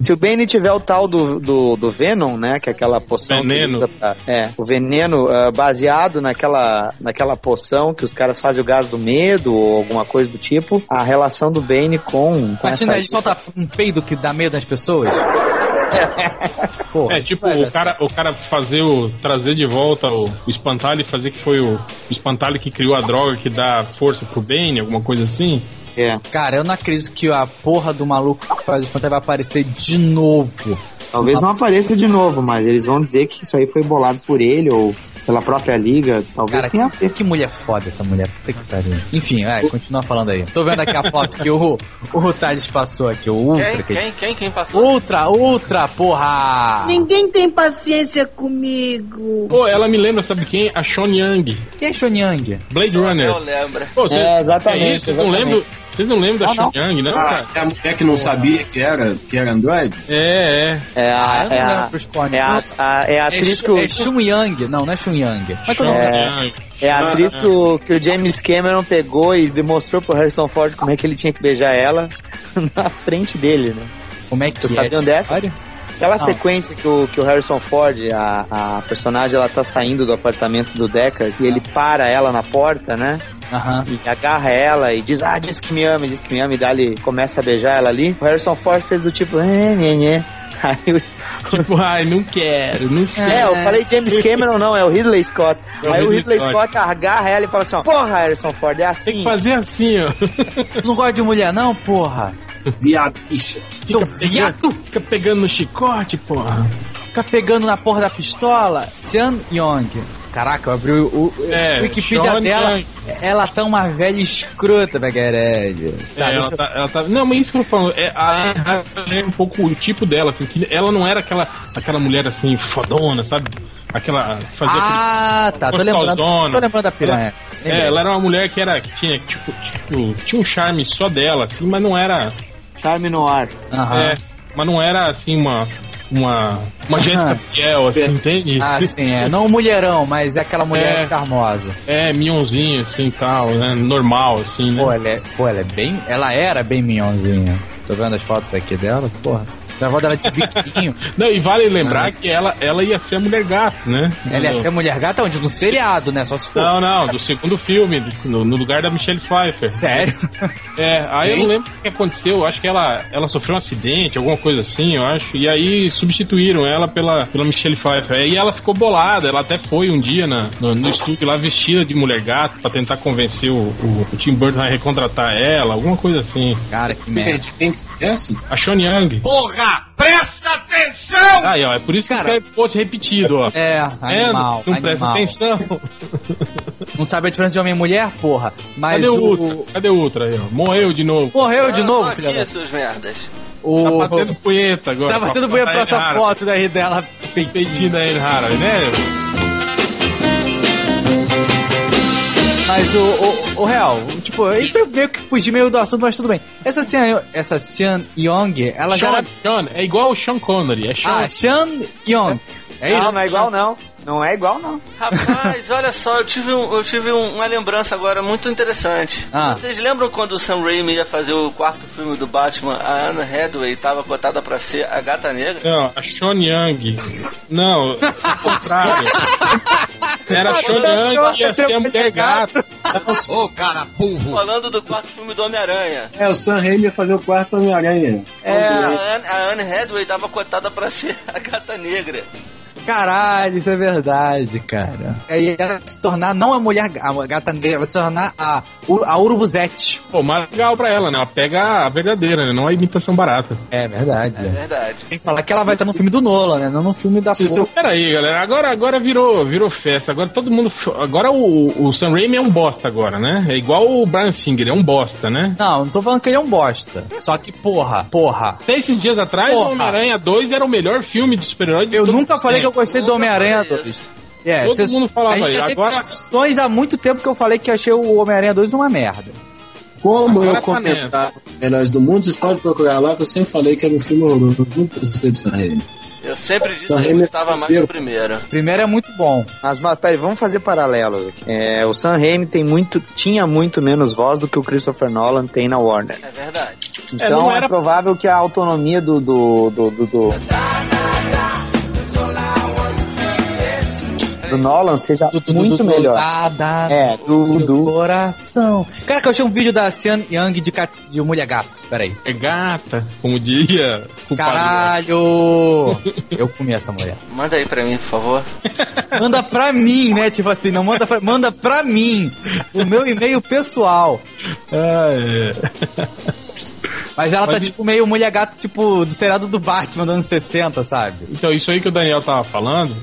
S2: Se o Bane tiver o tal do, do, do Venom, né? Que é aquela poção que
S3: Veneno.
S2: ele usa pra, É, o veneno ah, baseado naquela, naquela poção que os caras fazem o gás do medo ou alguma coisa do tipo. A relação do Bane com. com
S4: Imagina,
S2: essa-
S4: ele solta um peido que dá medo nas pessoas. Porra,
S3: É, tipo,
S4: vai dar
S3: o cara, o cara fazer o. trazer de volta o, o espantalho e fazer que foi o, o espantalho que criou a droga que dá força pro Bane, alguma coisa assim.
S2: É,
S4: certo. Cara, eu não acredito que a porra do maluco que faz o espantalho vai aparecer de novo.
S2: talvez não apareça de novo, mas eles vão dizer que isso aí foi bolado por ele ou pela própria liga. Talvez
S4: Cara,
S2: tenha a
S4: que, que mulher foda essa mulher. Puta que pariu. Enfim, vai, continua falando aí. Tô vendo aqui a foto que o, o Thales passou aqui, o Ultra.
S5: Quem,
S4: que-
S5: quem, quem, quem passou?
S4: Ultra, Ultra, porra!
S8: Ninguém tem paciência comigo.
S3: Pô, ela me lembra, sabe quem? A Sean Young,
S4: Quem é Shonyang?
S3: Blade
S5: Eu
S3: Runner.
S5: lembro.
S3: Pô, vocês,
S2: É, exatamente,
S3: é isso, vocês não
S2: exatamente.
S3: lembram. Vocês não lembram da
S2: Não,
S3: Sean
S2: não.
S3: Young, não,
S6: Ah,
S3: cara?
S6: é a mulher que não sabia que era, que era Android?
S3: É, é.
S2: É a,
S4: Ah, eu não
S2: é
S4: lembro
S2: a,
S4: pros clones.
S2: é a, a- é a atriz que o,
S4: É Shun Yang. Não, não é Shun Yang. Mas que eu não-
S2: É.
S3: Young.
S2: é a atriz que
S4: Ah,
S2: o, que o James Cameron pegou e demonstrou pro Harrison Ford como é que ele tinha que beijar ela na frente dele, né?
S4: Como é que
S2: Tu
S4: é?
S2: sabe
S4: essa
S2: onde é essa?
S4: história?
S2: Aquela
S4: Não.
S2: sequência que o, que o Harrison Ford, a, a personagem, ela tá saindo do apartamento do Deckard e ele para ela na porta, né?
S4: Aham.
S2: E agarra ela e diz, ah, diz que me ama, diz que me ama, e dali começa a beijar ela ali. O Harrison Ford fez do tipo, é, é, é. Aí o
S3: Tipo, ai, não quero, não sei.
S2: É, eu falei James Cameron, não, é o Ridley Scott.
S3: É o
S2: Aí o
S3: Ridley
S2: Ridley Scott agarra ela e fala assim: ó, Porra, Harrison Ford, é
S3: Tem que
S2: assim.
S3: fazer assim, ó.
S4: Tu não gosta de mulher, não, porra?
S6: Viado, bicha.
S4: Seu viado!
S3: Fica pegando no chicote, porra.
S4: ficar pegando na porra da pistola? Sean Young. Caraca, eu abri o, o
S3: É,
S4: o Wikipedia
S3: Sean
S4: dela.
S3: Young.
S4: Ela tá uma velha escrota, Begarelli. Tá,
S3: É, ela
S4: deixa-
S3: tá, ela tá- Não, mas isso que eu tô falando, é, a, a- é um pouco o tipo dela, assim, que ela não era aquela, aquela mulher assim, fodona, sabe? Aquela. que Fazia
S4: Ah, tá. Tô lembrando,
S3: Gostosona.
S4: tô lembrando da piranha.
S3: aquele- é, ela era uma mulher que era. Que tinha, tipo, tipo, tinha um charme só dela, assim, mas não era.
S2: Charme no ar.
S4: Aham.
S3: é, mas não era assim uma. Uma. Uma Jéssica Fiel, assim, entende?
S4: Ah, sim, é. Não mulherão, mas é aquela mulher
S3: É.
S4: charmosa.
S3: É, minhãozinho, assim tal, né? Normal, assim, né?
S4: Pô ela, é, pô, ela é bem. Ela era bem minhãozinha. Tô vendo as fotos aqui dela, porra. A avó dela de biquinho.
S3: Não, e vale lembrar que ela, ela ia ser a mulher gato, né?
S4: ela ia ser mulher gata onde? No seriado, né? Só se for.
S3: Não, não, do segundo filme, do- no, no lugar da Michelle Pfeiffer.
S4: Sério?
S3: É, aí eu
S4: Hein?
S3: não lembro o que aconteceu, eu acho que ela, ela sofreu um acidente, alguma coisa assim, eu acho, e aí substituíram ela pela, pela Michelle Pfeiffer. Aí ela ficou bolada, ela até foi um dia na, no, no estúdio lá vestida de mulher gato pra tentar convencer o, o- o Tim Burton a recontratar ela, alguma coisa assim.
S4: Cara, que merda.
S6: Perdi quem que esquece?
S3: A Sean Young. Porra, presta atenção! Aí, ó, é por isso que
S4: Cara-
S3: Cara, que fosse repetido, ó.
S4: É, animal.
S3: É, não presta
S4: animal.
S3: atenção.
S4: Não sabe a diferença de homem e mulher, porra. Mas
S3: Cadê o
S4: o.
S3: Ultra? Cadê o Ultra aí, ó? Morreu de novo.
S4: Morreu de
S5: Ah,
S4: novo,
S5: tô
S4: filha
S5: aqui,
S4: da-
S5: seus merdas.
S4: O.
S3: Tá batendo punheta agora.
S4: Tá batendo punha pra essa foto daí dela peitinho.
S3: Peitinho da Anne Haraway, é né?
S4: Mas o, o, o real, tipo, ele foi meio que fugir meio do assunto, mas tudo bem. Essa Sean, essa Sean Young, ela já
S3: Sean,
S4: era.
S3: Sean, é igual o Sean Connery. É Sean.
S4: Ah, Sean Young. É isso?
S2: não, não é igual não. Não é igual não.
S5: Rapaz, olha só, eu tive, um- eu tive um- uma lembrança agora muito interessante.
S4: Ah.
S5: Vocês lembram quando o Sam Raimi ia fazer o quarto filme do Batman, a Anna Hathaway estava cotada pra ser a Gata Negra?
S3: Não,
S4: Ah,
S3: a Sean
S4: é.
S3: Young. Não, ao contrário. Era a Sean Young ia
S4: é
S3: ser um a mulher gata.
S5: Falando do quarto filme do Homem-Aranha.
S6: É, o Sam Raimi ia fazer o quarto Homem-Aranha.
S5: A
S4: É,
S5: Anne- a Anne Hathaway estava cotada pra ser a Gata Negra.
S4: caralho, isso é verdade, cara. Aí ela se tornar não a mulher ga- a gata negra, ela se tornar a, Ur- a Urubuzete.
S3: Pô, mais legal pra ela, né? Ela pega a verdadeira, né? Não a imitação barata.
S4: É verdade.
S5: É verdade.
S4: Tem que falar que ela vai estar no filme do Nola, né? Não no filme da
S6: Vocês
S4: porra.
S6: estão
S3: Pera aí, galera. Agora, agora virou, virou festa. Agora todo mundo. Agora o, o Sam Raimi é um bosta agora, né? É igual o Brian Singer, é um bosta, né?
S4: Não, não tô falando que ele é um bosta. Só que, porra, porra.
S3: Até esses dias atrás,
S4: Porra.
S3: o Homem-Aranha 2 era o melhor filme de super-herói de
S4: Eu
S3: todo-
S4: nunca falei que eu gostei do
S5: Nunca
S4: Homem-Aranha
S5: falei
S4: 2. É,
S3: Todo
S4: cês-
S3: mundo
S4: a
S3: falava
S4: gente
S3: aí.
S4: já teve
S3: Agora,
S4: discussões há muito tempo que eu falei que eu achei o Homem-Aranha 2 uma merda.
S6: Como
S3: Agora
S6: eu
S3: tá mesmo.
S6: comentava Melhores do Mundo, vocês podem procurar lá, que eu sempre falei que era um filme horroroso. Eu nunca gostei de Sam Raimi.
S5: Eu sempre disse
S6: Sam
S5: que eu
S6: Raimi é
S5: gostava mais do
S6: primeiro.
S5: primeiro.
S4: O primeiro é muito bom.
S2: Mas, mas peraí, vamos fazer paralelos aqui. É, o Sam Raimi tem muito, tinha muito menos voz do que o Christopher Nolan tem na Warner.
S5: É verdade.
S2: Então
S3: não
S2: é,
S3: era-
S2: provável que a autonomia do, do, do, do, do, do Nolan seja muito melhor.
S4: Dá,
S6: Ah,
S4: dá,
S2: É, do,
S4: seu
S2: do
S4: coração. Cara, que eu achei um vídeo da Sean Young de, ca- de mulher gato. Peraí.
S3: É gata, como diria. o padre.
S4: Caralho! Eu comi essa mulher.
S5: Manda aí pra mim, por favor.
S4: Manda pra mim, né? Tipo assim, não manda pra, manda pra mim. O meu e-mail pessoal.
S3: Ah,
S4: Mas ela tá
S3: Mas e-
S4: tipo meio mulher gato, tipo do seriado do Batman dos anos 60, sabe?
S3: é. Então, isso aí que o Daniel tava falando.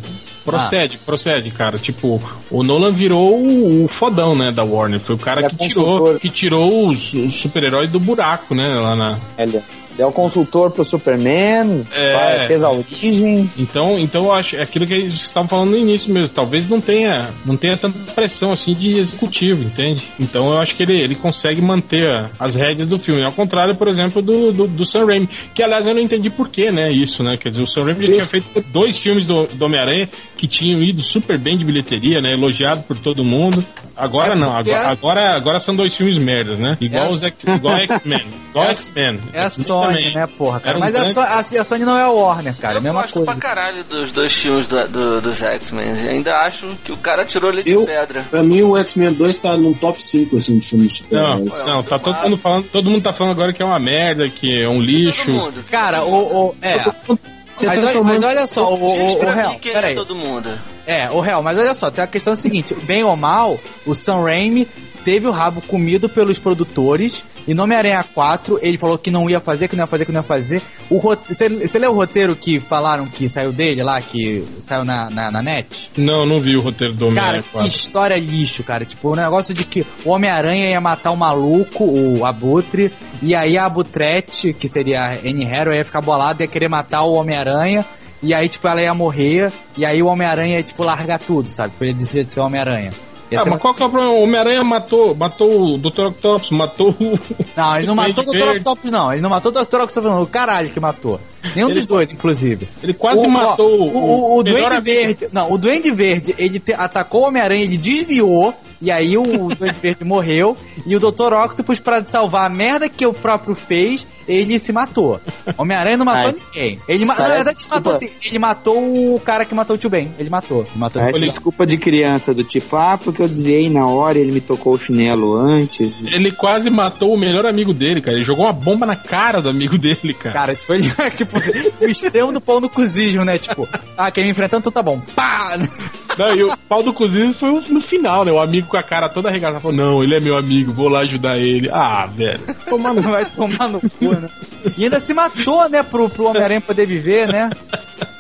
S3: Procede,
S2: Ah.
S3: procede, cara. Tipo, o Nolan virou o, o fodão, né, da Warner. Foi o cara
S2: Ele é
S3: que tirou,
S2: consultor.
S3: que tirou os, os super-heróis do buraco, né, lá na...
S2: Ele é o consultor pro Superman,
S3: É.
S2: vai- fez a origem.
S3: Então, então eu acho, é aquilo que eles estavam falando no início mesmo. Talvez não tenha, não tenha tanta pressão assim de executivo, entende? Então eu acho que ele, ele consegue manter a- as rédeas do filme. Ao contrário, por exemplo, do, do, do Sam Raimi. Que aliás eu não entendi por que, né? Isso, né? Quer dizer, o Sam Raimi já tinha feito dois filmes do, do Homem-Aranha que tinham ido super bem de bilheteria, né? Elogiado por todo mundo. Agora
S4: É,
S3: não,
S4: porque
S3: agora,
S4: é-
S3: agora, agora são dois filmes merdas, né? Igual
S4: É-
S3: os X- igual X-Men. Igual
S4: É-
S3: X-Men.
S4: É a
S3: X-Men
S4: Sony,
S3: também.
S4: né, porra? cara?
S3: Era um
S4: Mas a,
S3: grande-
S4: So- a- a Sony não é a Warner, cara. É a
S5: eu
S4: mesma
S5: gosto
S4: coisa.
S5: pra caralho dos dois filmes do- do- dos X-Men. E ainda acho que o cara tirou ele de
S6: Eu-
S5: pedra.
S6: Pra mim, o X-Men 2 tá no top 5, assim, de filmes de
S5: É,
S3: Não,
S6: super-heróis.
S5: um
S3: não, tá todo mundo falando, todo mundo tá falando agora que é uma merda, que é um
S5: Todo
S3: lixo.
S5: mundo.
S4: Cara, o. o é.
S6: Você
S4: mas,
S6: tá
S4: olha,
S6: tomando-
S4: mas olha só, o, o,
S5: Diz
S4: o,
S5: pra
S4: Real,
S5: mim quem é
S4: peraí.
S5: todo mundo.
S4: É, o Real, mas olha só, tem a questão seguinte: bem ou mal, o Sam Raimi teve o rabo comido pelos produtores. E no Homem-Aranha 4, ele falou que não ia fazer, que não ia fazer, que não ia fazer. O rote- Você você leu o roteiro que falaram que saiu dele lá, que saiu na, na, na net?
S3: Não, não vi o roteiro do
S4: Cara,
S3: Homem-Aranha
S4: que
S3: 4.
S4: história lixo, cara. Tipo, o negócio de que o Homem-Aranha ia matar o maluco, o Abutre, e aí a Abutrete, que seria a Anne Harrow, ia ficar bolada, ia querer matar o Homem-Aranha, e aí, tipo, ela ia morrer, e aí o Homem-Aranha ia, tipo, largar tudo, sabe? Porque ele decidia de ser o Homem-Aranha. Ia
S3: Ah,
S4: ser
S3: mas qual que é o problema? O Homem-Aranha matou, matou o Dr. Octopus, matou o...
S4: Não, ele não
S3: Ele
S4: matou o Dr.
S3: verde.
S4: Octopus, não. Ele não matou o Dr. Octopus, não. O caralho que matou. Nenhum
S3: Ele-
S4: dos dois, inclusive.
S3: Ele quase
S4: ó,
S3: matou
S4: o, o, o
S3: melhor
S4: Duende
S3: amigo.
S4: Verde. Não, o Duende Verde, ele te- atacou o Homem-Aranha, ele desviou. E aí o Duende Verde morreu. E o Dr. Octopus, pra salvar a merda que o próprio fez, ele se matou. O Homem-Aranha não matou
S2: Ai,
S4: ninguém. Ele ma-
S2: parece-
S4: na verdade, ele matou,
S2: desculpa.
S4: assim, ele matou o cara que matou o Tio Ben. Ele matou. Ele matou
S2: Essa
S4: esse cara.
S2: Então, desculpa de criança, do tipo, ah, porque eu desviei na hora e ele me tocou o chinelo antes.
S3: Ele quase matou o melhor amigo dele, cara. Ele jogou uma bomba na cara do amigo dele, cara.
S4: Cara, isso foi tipo o extremo do pão no cuzismo, né? Tipo, ah, quem me enfrentou, então tá bom. Pá!
S3: Não, e o pau do cozido foi o- no final, né? O amigo com a cara toda arregaçada falou: Não, ele é meu amigo, vou lá ajudar ele. Ah, velho.
S4: Tomar no- Vai tomar no cu, né? E ainda se matou, né, pro, pro Homem-Aranha poder viver, né?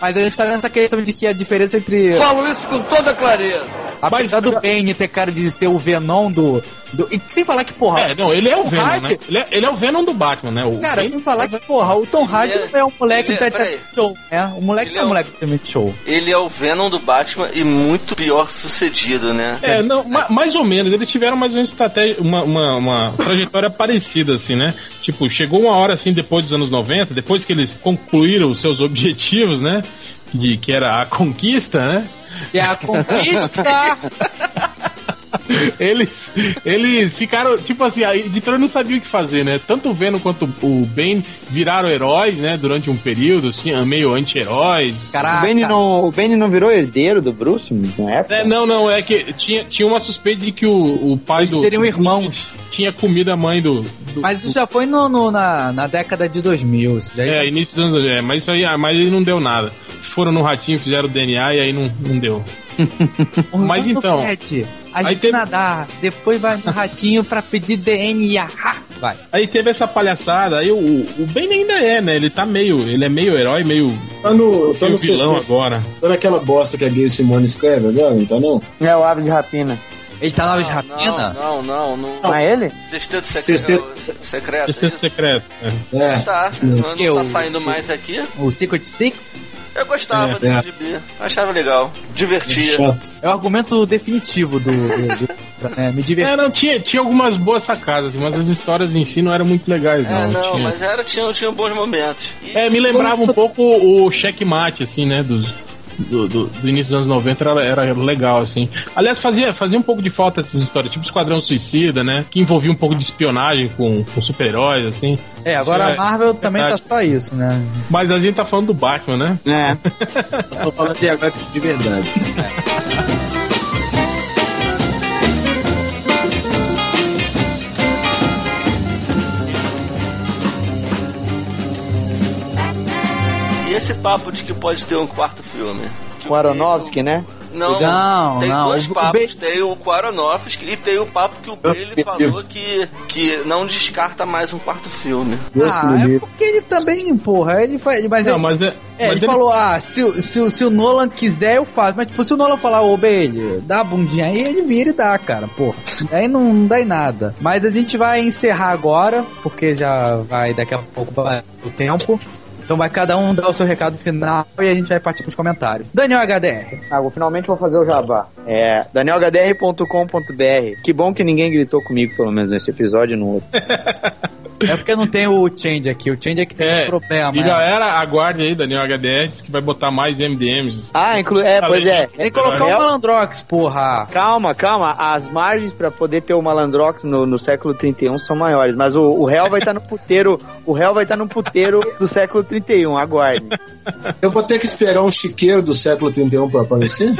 S4: Mas a gente tá nessa questão de que a diferença entre.
S5: Falo isso com toda clareza.
S4: Apesar do Bane ter cara de ser o Venom do. do- e sem falar que, porra.
S3: É, não, ele é o Venom,
S4: Hardy?
S3: né? Ele é, ele é o Venom do Batman, né? O
S4: Cara,
S3: Venom-
S4: sem falar que, porra, o Tom Hardy
S5: Ele é-
S4: não é um moleque
S5: ele é-
S4: da da
S5: peraí.
S4: show, né? O moleque
S5: Ele
S4: não é
S5: é
S4: um
S5: um-
S4: moleque da internet show.
S5: Ele é o Venom do Batman e muito pior sucedido, né?
S3: É, não, ma- mais ou menos. Eles tiveram mais ou menos estratégia, uma, uma, uma trajetória parecida, assim, né? Tipo, chegou uma hora, assim, depois dos anos 90, depois que eles concluíram os seus objetivos, né? De, que era a conquista, né?
S4: E a conquista!
S3: Eles, eles ficaram, tipo assim, a editora não sabia o que fazer, né? Tanto o Venom quanto o Ben viraram heróis, né? Durante um período, assim, meio anti-heróis.
S2: o, Benny
S4: Caraca!
S2: não, o Benny não virou herdeiro do Bruce na época?
S3: É, não, não, é que tinha, tinha uma suspeita de que o, o pai
S4: Eles
S3: do.
S4: seriam irmãos.
S3: Tinha comido a mãe do. do-
S4: Mas isso já foi no, no- na, na década de 2000. Isso daí
S3: É, início dos anos. É, mas isso aí, ah, mas aí não deu nada. Foram no ratinho, fizeram o DNA e aí não, não deu. Mas
S4: Orlando
S3: então,
S4: Fett, a
S3: aí
S4: gente
S3: teve-
S4: nadar, depois vai no ratinho pra pedir DNA. Vai.
S3: Aí teve essa palhaçada, aí o, o Ben ainda é, né? Ele tá meio. Ele é meio herói, meio,
S6: Tá no, tá
S3: meio
S6: no
S3: vilão
S6: sexto.
S3: agora.
S6: Tá naquela bosta que a Gay Simone escreve agora, não tá não?
S2: É o Aves de Rapina.
S4: Ele tá na aula de rapina?
S5: Ah, Não, não, não. não.
S2: Não é ele?
S5: Sexteto secreto.
S6: Sexteto-
S5: Secreto.
S3: Esse é
S5: isso?
S3: secreto. né?
S6: É.
S5: Tá, não, não
S4: Eu-
S5: tá saindo mais aqui.
S4: O Secret Six
S5: Eu gostava
S6: É,
S5: do
S6: é.
S5: gibi, achava legal, divertia.
S6: Chato.
S4: é o argumento definitivo do. do- do- né, me diverti.
S3: É, não, tinha, tinha algumas boas sacadas, mas as histórias em si não eram muito legais, não.
S5: É, não,
S3: Tinha-
S5: mas era, tinha, tinha bons momentos. E
S3: É, me lembrava um pouco o checkmate, assim, né? Dos, do, do, do início dos anos 90 era, era legal, assim. Aliás, fazia, fazia um pouco de falta essas histórias, tipo Esquadrão Suicida, né? Que envolvia um pouco de espionagem com, com super-heróis, assim.
S4: É, agora a
S3: é
S4: Marvel também tá
S3: verdade.
S4: só isso, né?
S3: Mas a gente tá falando do Batman, né?
S2: É.
S6: Eu tô falando de agora de verdade.
S5: E esse papo de que pode ter um quarto filme? um-
S2: O Aronofsky, né?
S5: Não,
S4: Não,
S5: tem
S4: não,
S5: dois
S4: o- o
S5: papos.
S4: Ba-
S5: Tem o com Aronofsky e tem o papo que o Bailey falou que, que não descarta mais um quarto filme.
S6: Deus que
S4: ah,
S6: me
S4: é
S6: livre.
S4: porque ele também, porra, ele faz. Mas
S3: Não,
S4: ele,
S3: mas é.
S4: é,
S3: mas
S4: ele falou, ah, se, o- se, o- se o Nolan quiser, eu faço. Mas tipo, se o Nolan falar, ô Bailey, dá a bundinha aí, ele vira e dá, cara, porra. Aí não, não dá em nada. Mas a gente vai encerrar agora, porque já vai daqui a pouco vai o tempo. Então vai cada um dar o seu recado final e a gente vai partir pros comentários. Daniel HDR.
S2: Ah, vou, finalmente vou fazer o jabá. É, danielhdr.com.br. Que bom que ninguém gritou comigo, pelo menos nesse episódio e no outro.
S4: É porque não tem o Change aqui. O Change é que tem
S3: É,
S4: esse problema.
S3: E
S4: né?
S3: galera, aguarde aí, Daniel HDR, diz que vai botar mais MDMs.
S2: Ah, inclu... é, pois é.
S4: Tem que colocar o
S2: Daniel-
S4: Malandrox, porra.
S2: Calma, calma. As um margens pra poder ter o Malandrox tá no, no século 31 são maiores, mas o, o réu vai estar no puteiro O réu vai estar no puteiro do século 31, aguarde.
S6: Eu vou ter que esperar um chiqueiro do século 31 pra aparecer?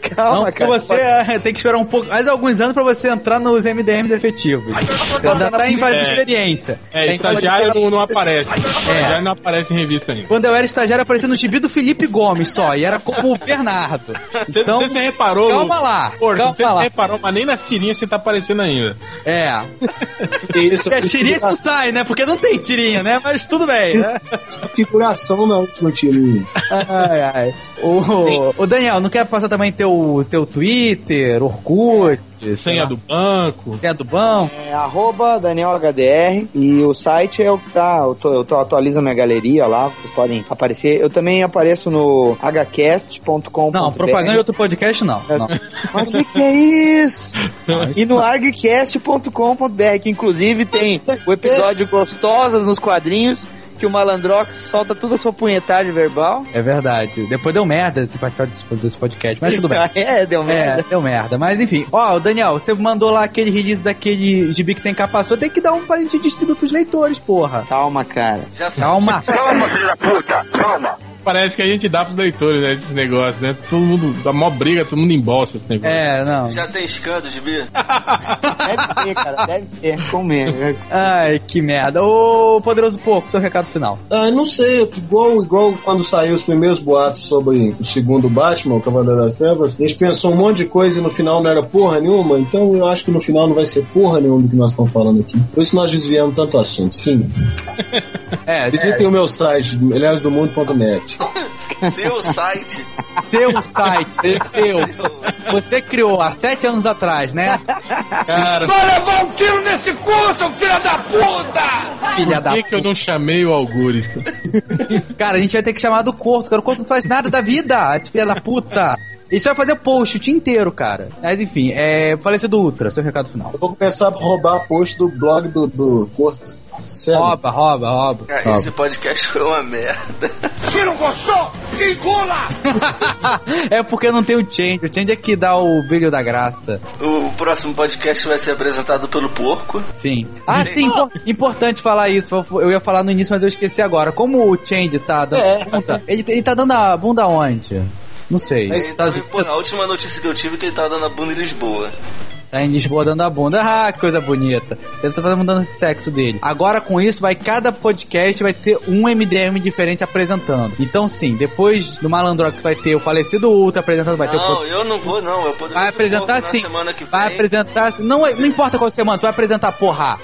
S2: Calma,
S4: não, porque
S2: cara.
S4: você eh, tem que esperar um pouco, mais alguns anos pra você entrar nos MDMs efetivos. Você ainda tá em fase de
S3: É.
S4: experiência. Tem
S3: É,
S4: que
S3: estagiário
S4: esperar-
S3: não, não aparece.
S4: É.
S3: Estagiário não aparece em revista ainda.
S4: Quando eu era estagiário, aparecia no gibi do Felipe Gomes só, e era como o Bernardo.
S3: Você,
S4: Então,
S3: você se reparou?
S4: calma lá,
S3: Porra,
S4: calma
S3: você
S4: lá.
S3: se reparou, mas nem nas tirinhas você tá aparecendo ainda.
S4: é.
S6: Que isso?
S4: Porque as tirinhas não saem, né? Porque não tem tirinha, né? Mas tudo bem, né?
S6: Figuração na última tirinha.
S4: Ai, ai. O, o Daniel, não quer passar também teu, teu Twitter, Orkut, sei
S3: Senha
S4: lá,
S3: do banco.
S4: senha do banco?
S2: É arroba DanielHDR e o site é o que tá. Eu, tô, eu tô, atualizo minha galeria lá, vocês podem aparecer. Eu também apareço no hcast.com.
S4: Não, propaganda de outro podcast não. não.
S2: Mas o que, que é isso?
S4: Ah,
S2: E no argcast.com.br, que inclusive tem o episódio Gostosas nos quadrinhos, que o Malandrox solta toda a sua punhetagem verbal.
S4: É verdade. Depois deu merda de participar desse, desse podcast, mas tudo bem.
S2: é, deu merda.
S4: É, deu merda. Mas enfim, ó, o Daniel, você mandou lá aquele release daquele gibi que tem capa sua, tem que dar um pra gente distribuir pros leitores, porra.
S2: Calma, cara.
S5: Já sabe.
S4: Calma.
S3: Parece que a gente dá pros leitores, né, esses negócios, né? Todo mundo dá mó briga, todo mundo embolsa esse negócio.
S4: É, não.
S5: Já tem escândalo, Gibi?
S2: Deve ter, cara. Deve ter. Comer.
S4: Ai, que merda. Ô, poderoso porco, seu recado final.
S6: Ah, eu não sei, igual, igual quando saiu os primeiros boatos sobre o segundo Batman, o Cavaleiro das Trevas, a gente pensou um monte de coisa e no final não era porra nenhuma, então eu acho que no final não vai ser porra nenhuma do que nós estamos falando aqui. Por isso nós desviamos tanto assunto, sim.
S4: É,
S6: Visitem o meu site, melhoresdomundo.net.
S5: Seu site. um-
S4: seu site, seu. Você criou há sete anos atrás, né?
S3: Cara,
S4: Filha da
S3: por que, que eu não chamei o Augusto?
S4: Cara, a gente vai ter que chamar do Corto, cara. O Corto não faz nada da vida, esse filho da puta. Isso vai fazer post o dia inteiro, cara. Mas enfim, é. Falência do Ultra, seu recado final.
S6: Eu vou começar a roubar post do blog do, do Corto. Sério.
S4: Rouba, rouba, rouba.
S5: Cara, esse podcast foi uma merda.
S4: é porque não tem o Change. O Change é que dá o brilho da graça.
S5: O próximo podcast vai ser apresentado pelo Porco.
S4: Sim. Ah, sim, impor- importante falar isso. Eu ia falar no início, mas eu esqueci agora. Como o Change tá dando bunda, ele, ele tá dando a bunda onde? Não sei.
S5: Ele
S4: Tá,
S5: tava em- pô, a última notícia que eu tive é que ele tava dando a bunda em Lisboa.
S4: tá em Lisboa dando a bunda. Ah, que coisa bonita. Deve estar fazendo mudança de sexo dele. Agora com isso, vai cada podcast vai ter um MDM diferente apresentando. Então sim, depois do Malandrox vai ter o falecido Ultra apresentando, vai ter o
S5: Não, eu não vou, não. Eu poderia
S4: Vai apresentar
S5: na
S4: sim.
S5: semana que vem.
S4: Vai apresentar sim. Não, é- não importa qual semana, tu vai apresentar, porra.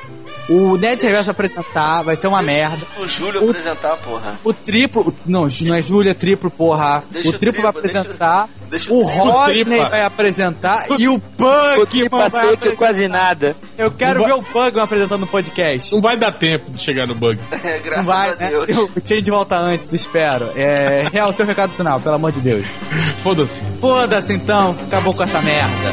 S4: O Ned Reverso vai apresentar, vai ser uma merda.
S5: O Júlio
S4: O-
S5: apresentar, porra.
S4: O triplo. Não, Ju- não é Júlia, é triplo, porra.
S5: Deixa
S4: o
S5: o
S4: triplo vai
S5: Tripa, deixa-
S4: apresentar.
S5: deixa o
S4: o
S5: Tripa.
S4: Rodney
S3: Tripa.
S4: vai apresentar. E o
S2: O
S4: Bug,
S2: que
S4: mano, vai
S2: passei
S4: apresentar.
S2: que é quase nada.
S4: Eu quero
S3: Não
S4: ver o Bug apresentando o podcast.
S3: Não vai dar tempo de chegar no bug.
S5: É, graças
S4: Não vai,
S5: a
S4: né?
S5: Deus.
S4: O Change volta antes, espero. É, real, seu recado final, pelo amor de Deus.
S3: Foda-se.
S4: Foda-se então, acabou com essa merda.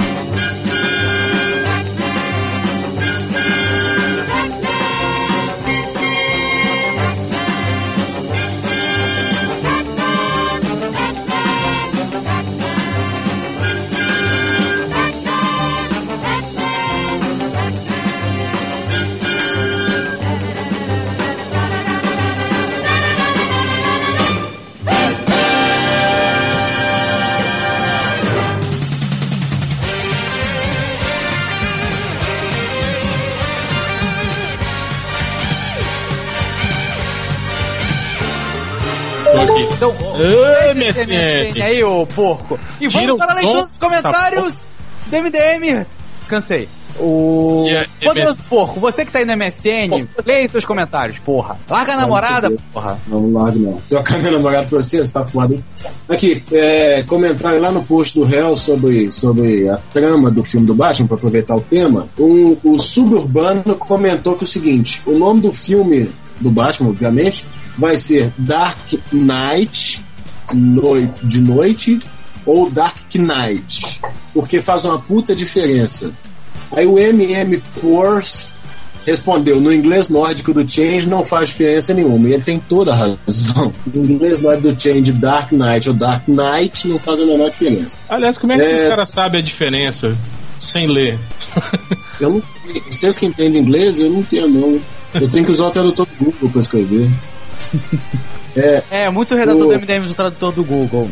S3: Tô aqui.
S4: Então,
S3: Ô,
S4: esse
S3: minha
S4: MDM
S3: gente.
S4: aí, ô porco. E
S3: Tira
S4: vamos
S3: o
S4: para a leitura
S3: som
S4: dos comentários do MDM. Cansei. O.
S3: E a-
S4: Poderoso porco, você que tá aí no MSN, leia aí seus comentários, porra. Larga a namorada, porra.
S6: Não, não largo não. Trocar meu namorado pra você, você tá foda, hein? Aqui, é, comentário lá no post do réu sobre, sobre a trama do filme do Batman, pra aproveitar o tema. Um, o Suburbano comentou que é o seguinte: o nome do filme do Batman, obviamente, vai ser Dark Knight noi- de noite ou Dark Knight, porque faz uma puta diferença. Aí o MM Pors respondeu: no inglês nórdico do Change não faz diferença nenhuma. E ele tem toda a razão. No inglês nórdico do Change, Dark Knight ou Dark Knight não faz a menor diferença.
S3: Aliás, como é que
S6: É.
S3: os caras sabem a diferença sem ler?
S6: Eu não sei. Vocês que entendem inglês, eu não entendo, não. Eu tenho que usar o tradutor do Google pra escrever. É,
S4: É, muito redator
S6: O-
S4: do MDM do tradutor do Google.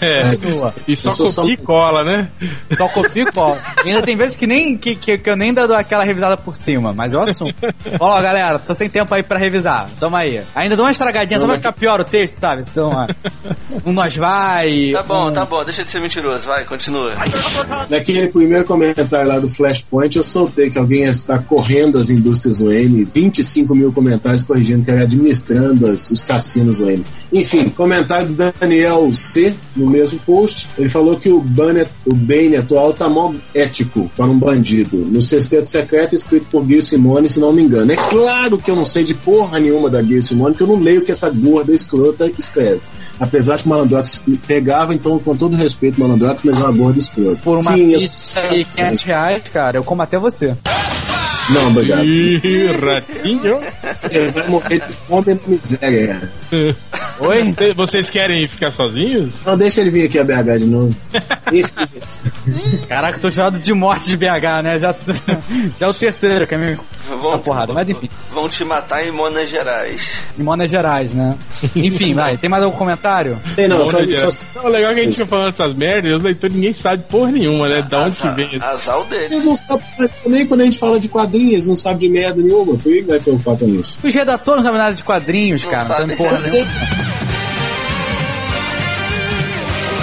S3: É.
S4: Continua.
S3: E só
S6: Eu sou
S3: copia
S6: só-
S3: e cola, né?
S4: Só copio e colo. E Ainda tem vezes que nem que, que, que eu nem dou aquela revisada por cima, mas eu assumo. Ó, galera, tô sem tempo aí pra revisar. Toma aí. Ainda dou uma estragadinha só pra ficar pior o texto, sabe? Então, ó. Um nós vai.
S5: Tá bom,
S4: um-
S5: tá bom, deixa de ser mentiroso, vai, continua.
S6: naquele é primeiro comentário lá do Flashpoint, eu soltei que alguém está correndo as indústrias UN, 25 mil comentários corrigindo que era administrando as- os cassinos UN. Enfim, comentário do Daniel C, no mesmo post, ele falou que o Bane, o Bane atual tá mó ético para um bandido. No Sexteto Secreto, escrito por Gil Simone, se não me engano. É claro que eu não sei de porra nenhuma da Gil Simone, que eu não leio o que essa gorda escrota escreve. Apesar de que o Malandrox pegava, então, com todo respeito, Malandrox, mas é uma gorda escrota.
S4: Por uma
S6: Sim, eu-
S4: pizza é e 500 reais, cara, eu como até você.
S6: Não, obrigado.
S3: Ih, ratinho.
S6: Você vai morrer de fome e miséria.
S4: Oi?
S3: Cê- Vocês querem ficar sozinhos?
S6: Não, deixa ele vir aqui a BH de novo. Enfim,
S4: Caraca, tô jurado de morte de BH, né? Já, já é o terceiro que é meio
S5: Vão,
S4: porrada, mas enfim.
S5: vão te matar em Minas Gerais.
S4: Em Minas Gerais, né? Enfim, vai. Tem mais algum comentário?
S6: Tem não,
S3: Não,
S6: só,
S3: Rogério.
S6: só-
S3: Não, o legal é que a gente fica falando essas merdas e os leitores ninguém sabe porra nenhuma, né? Da onde que
S5: Azar-
S3: vem isso.
S5: Azar
S6: Eles
S5: deles.
S6: não sabem, nem quando a gente fala de quadrinhos, eles não sabem de merda nenhuma. Por que vai preocupar com isso?
S4: Os redatores não sabem nada de quadrinhos,
S5: Não
S4: cara. Não
S5: sabe
S4: sabem
S5: né?
S4: porra
S5: nada.
S4: nenhuma.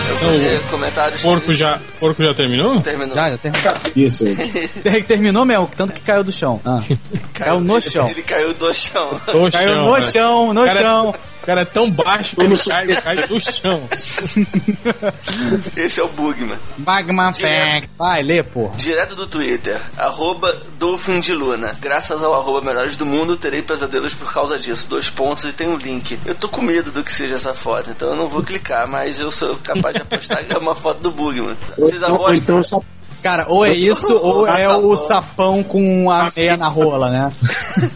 S5: Eu vou ler comentários.
S3: Porco já, porco já terminou?
S5: Terminou.
S4: Já, já tem.
S6: Isso.
S4: Ter- Terminou mesmo, tanto que caiu do chão. Ah. caiu no
S5: ele-
S4: chão.
S5: Ele caiu do chão.
S3: Tô
S4: Caiu
S3: chão,
S4: no
S3: né?
S4: chão, no
S3: Cara,
S4: chão.
S3: O cara é tão baixo que ele cai, cai do chão.
S5: Esse é o Bugman.
S4: Magma
S5: Direto.
S4: Pack. Vai, lê, porra.
S5: Direto do Twitter, arroba Dolphin de Luna. Graças ao arroba Melhores do Mundo, terei pesadelos por causa disso. Dois pontos e tem um link. Eu tô com medo do que seja essa foto, então eu não vou clicar, mas eu sou capaz de apostar que é uma foto do Bugman.
S6: Ou
S5: Vocês
S6: então, ou
S5: apostam?
S6: então só
S4: Cara, ou é isso, ou é o sapão com a meia na rola, né?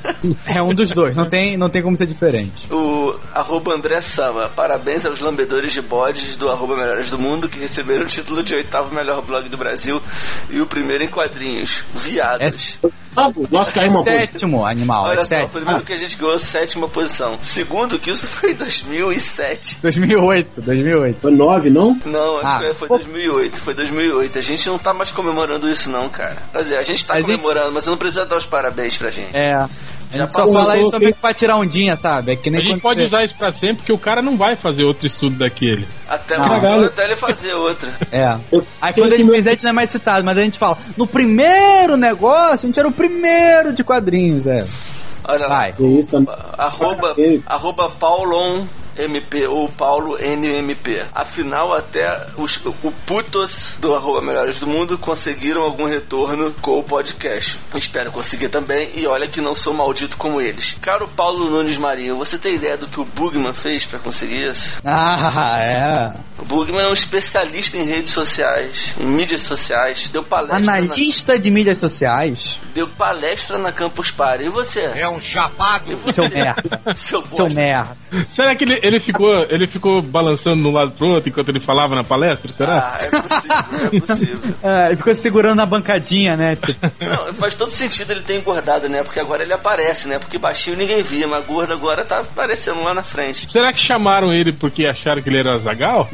S4: Tá É um dos dois, não tem, não tem como ser diferente.
S5: O arroba André Sama. Parabéns aos lambedores de bodes do arroba Melhores do Mundo que receberam o título de oitavo melhor blog do Brasil e o primeiro em quadrinhos.
S4: É
S5: Viados.
S6: Ah, Nossa, caiu uma coisa.
S4: sétimo animal,
S5: Olha
S4: é
S5: só,
S4: sétimo.
S5: primeiro que a gente ganhou sétima posição. Segundo que isso foi em 2007.
S4: 2008, 2008.
S6: Foi nove, não?
S5: Não, acho
S4: Ah,
S5: que é, foi
S4: pô.
S5: 2008. Foi 2008. A gente não tá mais comemorando isso, não, cara. Quer dizer, a gente tá
S4: A gente-
S5: comemorando, mas você não precisa dar os parabéns pra gente.
S4: É. A
S5: Já
S4: gente só
S5: passou,
S4: fala
S6: eu
S4: isso
S6: coloquei-
S4: meio que pra tirar ondinha, sabe? É que
S3: A
S4: nem
S3: gente
S4: quando
S3: pode
S4: você-
S3: usar isso pra sempre, porque o cara não vai fazer outro estudo daquele.
S5: Até,
S4: Não.
S5: o até ele fazer outra.
S4: É.
S6: Eu-
S4: Aí quando ele fizer, a gente não é mais citado, mas a gente fala, no primeiro negócio, a gente era o primeiro de quadrinhos, é.
S5: Olha lá.
S4: Vai.
S6: Que isso, tá também.
S5: Arroba,
S6: Parabéns.
S5: arroba Paulon MP ou Paulo NMP. Afinal, até os o putos do arroba Melhores do Mundo conseguiram algum retorno com o podcast. Espero conseguir também e olha que não sou maldito como eles. Caro Paulo Nunes Marinho, você tem ideia do que o Bugman fez pra conseguir isso?
S4: Ah, é.
S5: O Bugman é um especialista em redes sociais, em mídias sociais, deu palestra, na,
S4: Analista de mídias sociais?
S5: deu palestra na Campus Party. E você? É um chapado.
S4: Seu merda. Seu
S5: Seu, bosta.
S4: merda.
S3: Será que ele, ele, ficou, ele ficou balançando de um lado pro outro enquanto ele falava na palestra? Será?
S5: Ah, é possível, é possível.
S4: É, ele ficou segurando na bancadinha, né? Tipo,
S5: Não, faz todo sentido ele ter engordado, né? Porque agora ele aparece, né? Porque baixinho ninguém via, mas gordo agora tá aparecendo lá na frente.
S3: Será que chamaram ele porque acharam que ele era Zagal?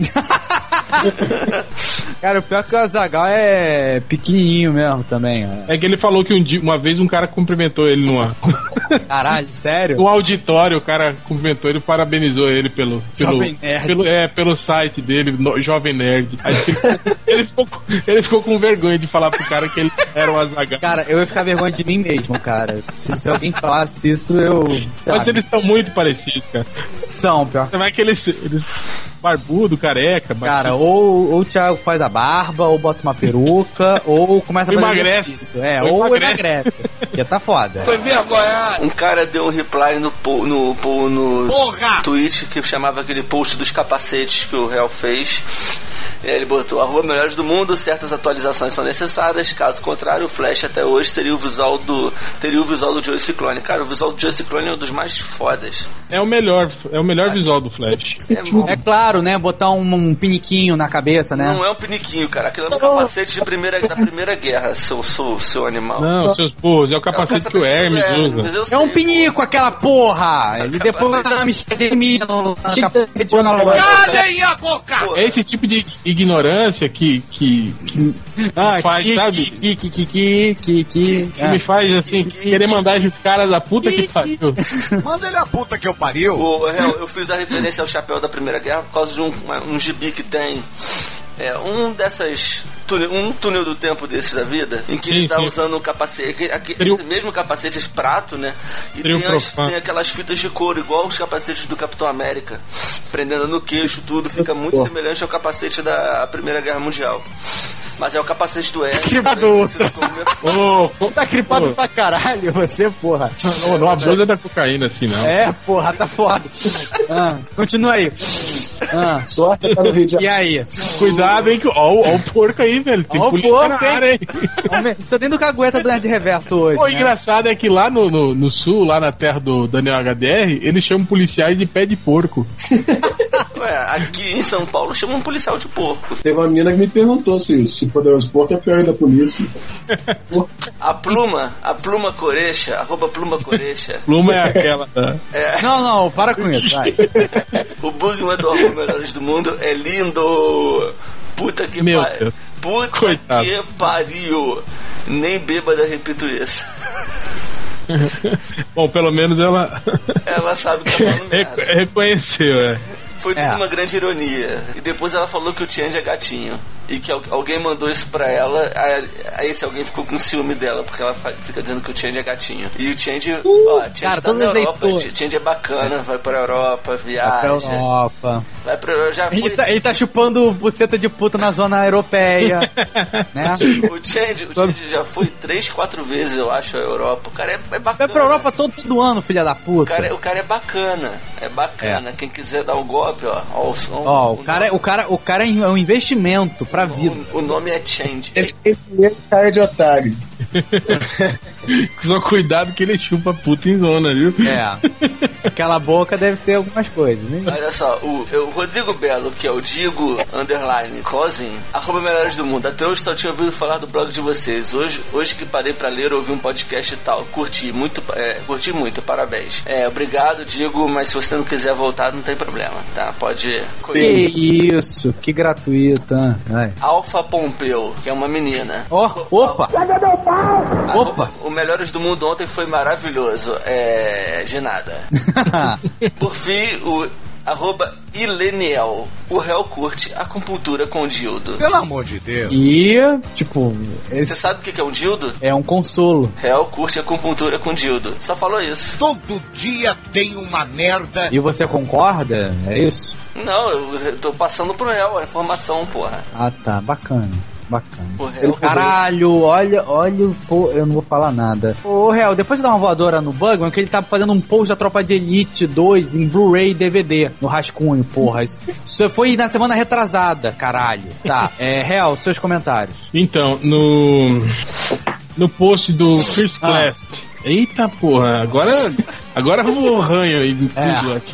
S4: cara, o pior que o Azagal é pequenininho mesmo também. né? ó.
S3: É que ele falou que um dia- uma vez um cara cumprimentou ele numa,
S4: Caralho, sério?
S3: num auditório, o cara cumprimentou ele, parabenizou ele pelo pelo,
S4: Jovem Nerd.
S3: pelo é pelo site dele, no- Jovem Nerd. Aí ele, ficou, ele ficou com- ele ficou com vergonha de falar pro cara que ele era o Azagal.
S4: Cara, eu ia ficar vergonha de mim mesmo, cara. Se, se alguém falasse isso, eu. sei
S3: Mas
S4: lá,
S3: eles estão muito parecidos, cara.
S4: são, pior.
S3: Como é que eles, eles barbudo, careca,
S4: Cara, ou, ou o Thiago faz a barba, ou bota uma peruca, ou começa a
S3: Ou
S4: fazer
S3: emagrece.
S4: exercício. É,
S3: Ou
S4: ou
S3: emagrece.
S4: emagrece. Que tá foda.
S5: Um cara deu um reply no po, no, po, no tweet que chamava aquele post dos capacetes que o réu fez. Ele botou arroba melhores do mundo, certas atualizações são necessárias, caso contrário, o Flash até hoje seria o visual do. teria o visual do Joe Ciclone. Cara, o visual do Joe Ciclone é um dos mais fodas.
S3: É o melhor, é o melhor visual do Flash.
S5: É bom.
S4: É claro, né? Botar um, um piniquinho na cabeça, né?
S5: Não é um piniquinho, cara. Aquilo é um capacete de primeira, da primeira guerra, seu, seu, seu animal. um
S3: Não, seus burros, é o capacete que o Hermes usa.
S4: É um pinico aquela porra! E depois vai dar uma mistermia no capacete joga logo.
S3: É esse tipo de ignorância que, que, que
S4: Ah,
S3: Faz,
S4: que,
S3: sabe?
S4: que, que, que, que, que, que, que.
S3: me faz assim, querer mandar esses caras da puta que pariu.
S9: Manda ele é a puta que eu pariu.
S5: O- eu, eu fiz a referência ao chapéu da Primeira Guerra por causa de um, uma- um gibi que tem é, um dessas. túne- Um túnel do tempo desses da vida, em que ele
S3: Sim,
S5: tá
S3: sim.
S5: usando um capacete, aque- aque-
S3: Trio-
S5: esse mesmo capacete, esse prato, né? E
S3: Trio
S5: tem, as-
S3: um profano.
S5: tem aquelas fitas de couro, igual os capacetes do Capitão América, prendendo no queixo, tudo, fica muito semelhante ao capacete da Primeira Guerra Mundial. Mas é o capacete do Eric.
S4: Cima do outro.
S3: Ô, pô,
S4: Tá gripado
S3: Pô.
S4: pra caralho você, porra.
S3: não, não abusa da cocaína assim, não.
S4: É, porra, tá foda. Ah, continua aí. Ah,
S6: Sorte que tá no Rio de
S4: e aí?
S3: Cuidado, hein, que. Ó, o- ó o porco aí, velho. Tem
S4: Ó o
S3: polícia
S4: porco,
S3: na área, hein?
S4: Vamos ver. Você dentro do cagueta do Nerd Reverso hoje.
S3: O
S4: né?
S3: engraçado é que lá no, no, no sul, lá na terra do Daniel HDR, eles chamam policiais de pé de porco.
S5: Ué, aqui em São Paulo chama um policial de porco.
S6: Teve uma menina que me perguntou se, se Poderoso Porco é pior da polícia.
S5: A pluma, a pluma corexa, arroba pluma corexa.
S3: Pluma é aquela. tá?
S4: Não, não, para com isso, vai.
S5: O Bugman é do Arroba Melhores do Mundo é lindo! Puta que
S3: Meu
S5: pariu.
S3: Deus.
S5: Puta
S3: Coitado.
S5: que pariu! Nem bêbada repito isso.
S3: Bom, pelo menos ela
S5: Ela sabe que tá falando
S3: reco-
S5: merda.
S3: reconheceu, é.
S5: Foi tudo
S4: É.
S5: uma grande ironia. E depois ela falou que o Tiange é gatinho. E que al- alguém mandou isso pra ela. Aí, aí esse alguém ficou com ciúme dela, porque ela fa- fica dizendo que o Tiange é gatinho. E o Tiange, ó, Tiange
S4: cara,
S5: tá
S4: todas
S5: na
S4: as
S5: Europa.
S4: leituras.
S5: O Tiange é bacana, vai pra Europa,
S4: Pra
S5: viaja.
S4: Europa.
S5: Vai pra Europa. Já foi.
S4: Então, Ele tá, ele tá chupando buceta de puta na zona europeia. né?
S5: O Change, o Change já foi três, quatro vezes, eu acho, a Europa. O cara é, é bacana.
S4: Vai pra Europa todo, todo ano, filha da
S5: O cara,
S4: puta.
S5: é- o cara é bacana. É bacana. Quem quiser dar um golpe, ó. ó, o-
S4: Ó, o cara, é- o cara, o cara é um investimento pra vida.
S5: o, o nome é Change.
S6: Ele tem primeiro cara de otário.
S3: Só cuidado que ele chupa puta em zona, viu?
S4: É. Aquela boca deve ter algumas coisas, né?
S5: Olha só, o, é o Rodrigo Belo, que é o Digo Underline Cosin, arroba melhores do mundo. Até hoje só tinha ouvido falar do blog de vocês. Hoje, hoje que parei pra ler, ouvi um podcast e tal. Curti muito, é, curti muito, parabéns. É, obrigado, Digo, mas se você não quiser voltar, não tem problema, tá? Pode.
S4: Que isso, que gratuito. ah. Ai.
S5: Alfa Pompeu, que é uma menina.
S4: Ó, opa! Opa!
S5: O Melhores do Mundo ontem foi maravilhoso. É. De nada. Por fim, o. Arroba Ileniel. O réu curte acupuntura com dildo.
S9: Pelo amor de Deus.
S4: e, tipo,
S5: Você
S4: esse
S5: sabe o que que é um dildo?
S4: é um consolo.
S5: Réu curte acupuntura com dildo. Só falou isso.
S9: Todo dia tem uma merda.
S4: E você concorda? É isso?
S5: Não, eu eu tô passando pro réu a informação, porra.
S4: Ah, tá, bacana, bacana.
S5: O réu.
S4: Caralho, olha, olha, o po- eu não vou falar nada. Ô, Real, depois de dar uma voadora no Bugman, que ele tá fazendo um post da Tropa de Elite 2 em Blu-ray e DVD, no rascunho, porra. Isso, isso foi na semana retrasada, caralho. Tá, é, Real, seus comentários.
S3: Então, no. No post do First
S4: Ah.
S3: Class. Eita porra, agora. Agora eu ranho aí em tudo
S4: É.
S3: aqui.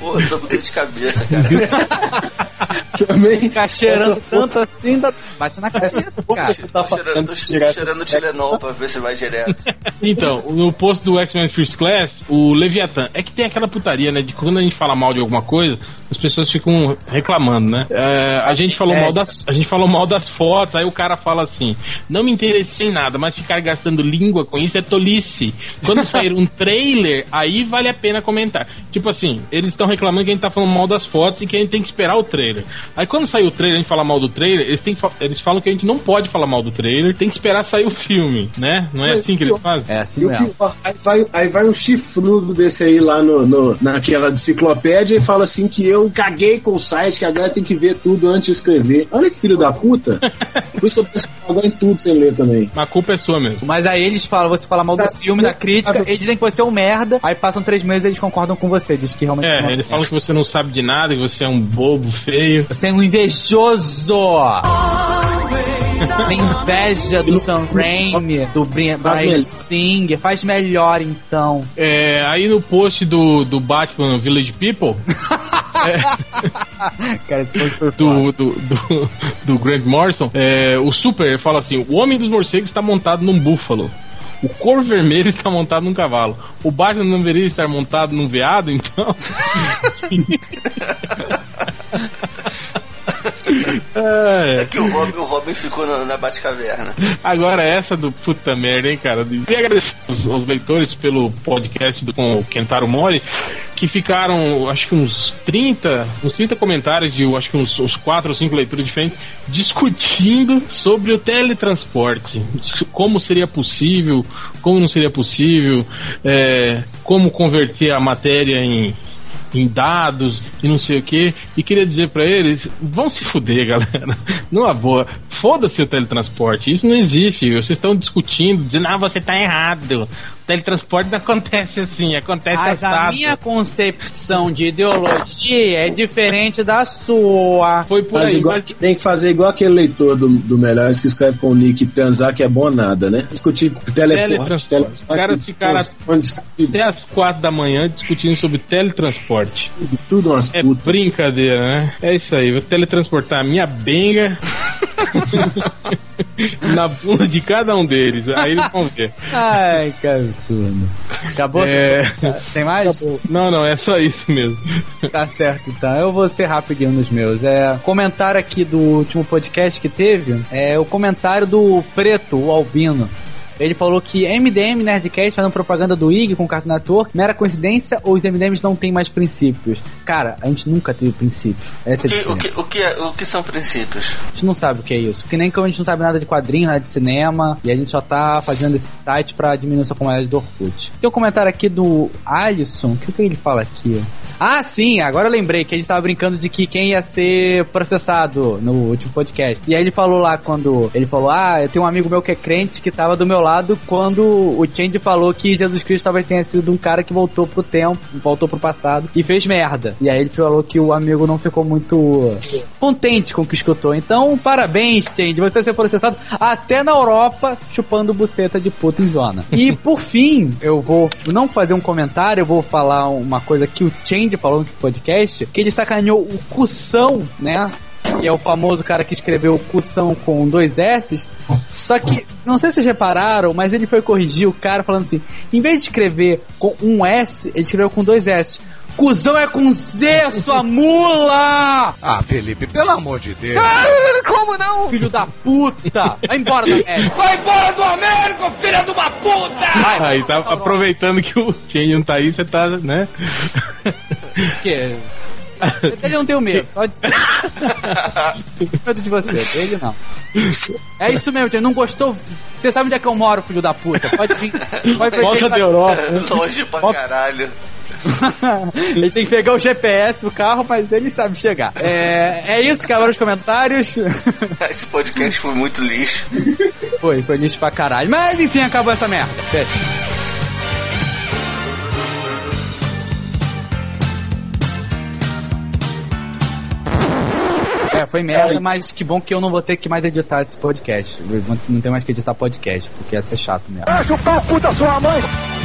S5: Porra, tô com dor de cabeça, cara.
S6: Também.
S4: Ficar cheirando tanto assim, da... bate na cabeça, cara.
S6: Tá
S5: Tô cheirando, tô
S6: cheirando-
S5: cheirando Tilenol pra ver se vai direto.
S3: Então, no post do X-Men First Class, o Leviathan, é que tem aquela putaria, né? De quando a gente fala mal de alguma coisa, as pessoas ficam reclamando, né? É, a, gente falou
S4: É.
S3: mal das, a gente falou mal das fotos, aí o cara fala assim: Não me interessei em nada, mas ficar gastando língua com isso é tolice. Quando sair um trailer, aí vale a pena comentar. Tipo assim, eles estão reclamando que a gente tá falando mal das fotos e que a gente tem que esperar o trailer. Aí quando sair o trailer, a gente fala mal do trailer, eles, têm que fa- eles falam que a gente não pode falar mal do trailer, tem que esperar sair o filme, né? Não é assim que eles fazem?
S4: É
S6: E
S4: assim
S6: o
S4: mesmo.
S6: pior, aí vai, aí vai um chifrudo desse aí lá no, no- naquela enciclopédia e fala assim que eu eu caguei com o site, que agora tem que ver tudo antes de escrever. Olha que filho da puta. Por isso que eu penso que eu pago em tudo sem ler também.
S3: A culpa é sua mesmo.
S4: Mas aí eles falam, você fala mal do filme, da crítica, eles dizem que você é um merda, aí passam três meses e eles concordam com você, diz que realmente é
S3: É,
S4: uma
S3: eles
S4: merda.
S3: falam que você não sabe de nada, que você é um bobo feio.
S4: Você é um invejoso! Tem inveja do Sam Raimi, do Bri-
S6: Faz
S4: Brian
S6: melhor.
S4: Singer. Faz melhor, então.
S3: É, aí no post do, do Batman Village People,
S4: Cara, esse post foi foda.
S3: do, do, do, do Grant Morrison, é, o Super fala assim: o Homem dos Morcegos está montado num búfalo. O Corvo Vermelho está montado num cavalo. O Batman não deveria estar montado num veado, então. É,
S5: É que o Robin, o Robin ficou na, na Batcaverna.
S3: agora essa do puta merda, hein, cara. Queria agradecer aos, aos leitores pelo podcast do, com o Kentaro Mori, que ficaram, acho que uns 30, uns 30 comentários de, acho que uns, uns 4 ou 5 leituras diferentes, discutindo sobre o teletransporte. Como seria possível, como não seria possível, é, como converter a matéria em, em dados e não sei o que. E queria dizer pra eles: vão se fuder, galera. Numa boa, foda-se o teletransporte. Isso não existe. Vocês estão discutindo, dizendo: ah, você tá errado. O teletransporte não acontece assim, acontece
S4: Mas a
S3: assado.
S4: minha concepção de ideologia é diferente da sua.
S3: Foi por
S6: Mas
S3: aí.
S6: Tá igual-
S3: mas-
S6: tem que fazer igual aquele leitor do, do Melhores que escreve com o nick transar, que é bom nada, né? Discutir
S3: Teletransporte.
S6: teleporte, teleporte.
S3: Os caras ficaram-
S6: Discutir
S3: Até as quatro da manhã discutindo sobre teletransporte.
S6: tudo, tudo umas
S3: É
S6: putas.
S3: brincadeira, né? É isso aí. Vou teletransportar a minha benga na bunda de cada um deles. Aí eles vão ver.
S4: Ai, que absurdo. Acabou?
S3: É.
S4: Tem mais?
S3: Não, não, é só isso mesmo.
S4: Tá certo, então. Eu vou ser rapidinho nos meus. É, comentário aqui do último podcast que teve, é o comentário do Preto, o Albino. Ele falou que MDM Nerdcast fazendo propaganda do IG com o Cartoon Network, mera coincidência ou os MDMs não têm mais princípios? Cara, a gente nunca teve princípio. Essa
S5: O
S4: é a
S5: que, o,
S4: diferença.
S5: que, o, que é- o que são princípios?
S4: A gente não sabe o que é isso. Porque nem como a gente não sabe nada de quadrinho, nada de cinema. E a gente só tá fazendo esse site pra diminuir essa comunidade do Orkut. Tem um comentário aqui do Alisson. O que, que ele fala aqui? Ah, sim, agora eu lembrei que a gente tava brincando de que quem ia ser processado no último podcast. E aí ele falou lá quando. Ele falou: Ah, eu tenho um amigo meu que é crente que tava do meu lado quando o Change falou que Jesus Cristo talvez tenha sido um cara que voltou pro tempo, voltou pro passado e fez merda. E aí ele falou que o amigo não ficou muito contente com o que escutou. Então, parabéns, Change. Você vai ser processado até na Europa, chupando buceta de puta em zona. E por fim, eu vou não fazer um comentário, eu vou falar uma coisa que o Change falou no podcast, que ele sacaneou o cução, né? Que é o famoso cara que escreveu Cução com dois S's. Só que, não sei se vocês repararam, mas ele foi corrigir o cara falando assim: em vez de escrever com um S, ele escreveu com dois S. Cusão é com Z, sua mula!
S9: Ah, Felipe, pelo amor de Deus.
S4: Como não? Filho da puta! Vai embora É, da merda!
S9: Vai embora do Américo, filha de uma puta!
S4: Vai,
S3: Aí tá aproveitando que o Change não tá aí, você tá, né?
S4: porque... Ele não tem o medo, só de ser. medo de você, dele não. É isso mesmo, gente. Não gostou? Você sabe onde é que eu moro, filho da puta. Pode vir. Pode pegar
S3: Volta
S4: ele
S3: da
S4: pra-
S3: Europa.
S5: Longe pra caralho.
S4: ele tem que pegar o GPS, o carro, mas ele sabe chegar. É, é isso, acabaram os comentários.
S5: Esse podcast foi muito lixo.
S4: foi, foi lixo pra caralho. Mas enfim, acabou essa merda. Fecha. É, foi merda, mas que bom que eu não vou ter que mais editar esse podcast. Eu Não tenho mais que editar podcast, porque ia ser chato mesmo.
S9: Vai chupar a puta sua mãe!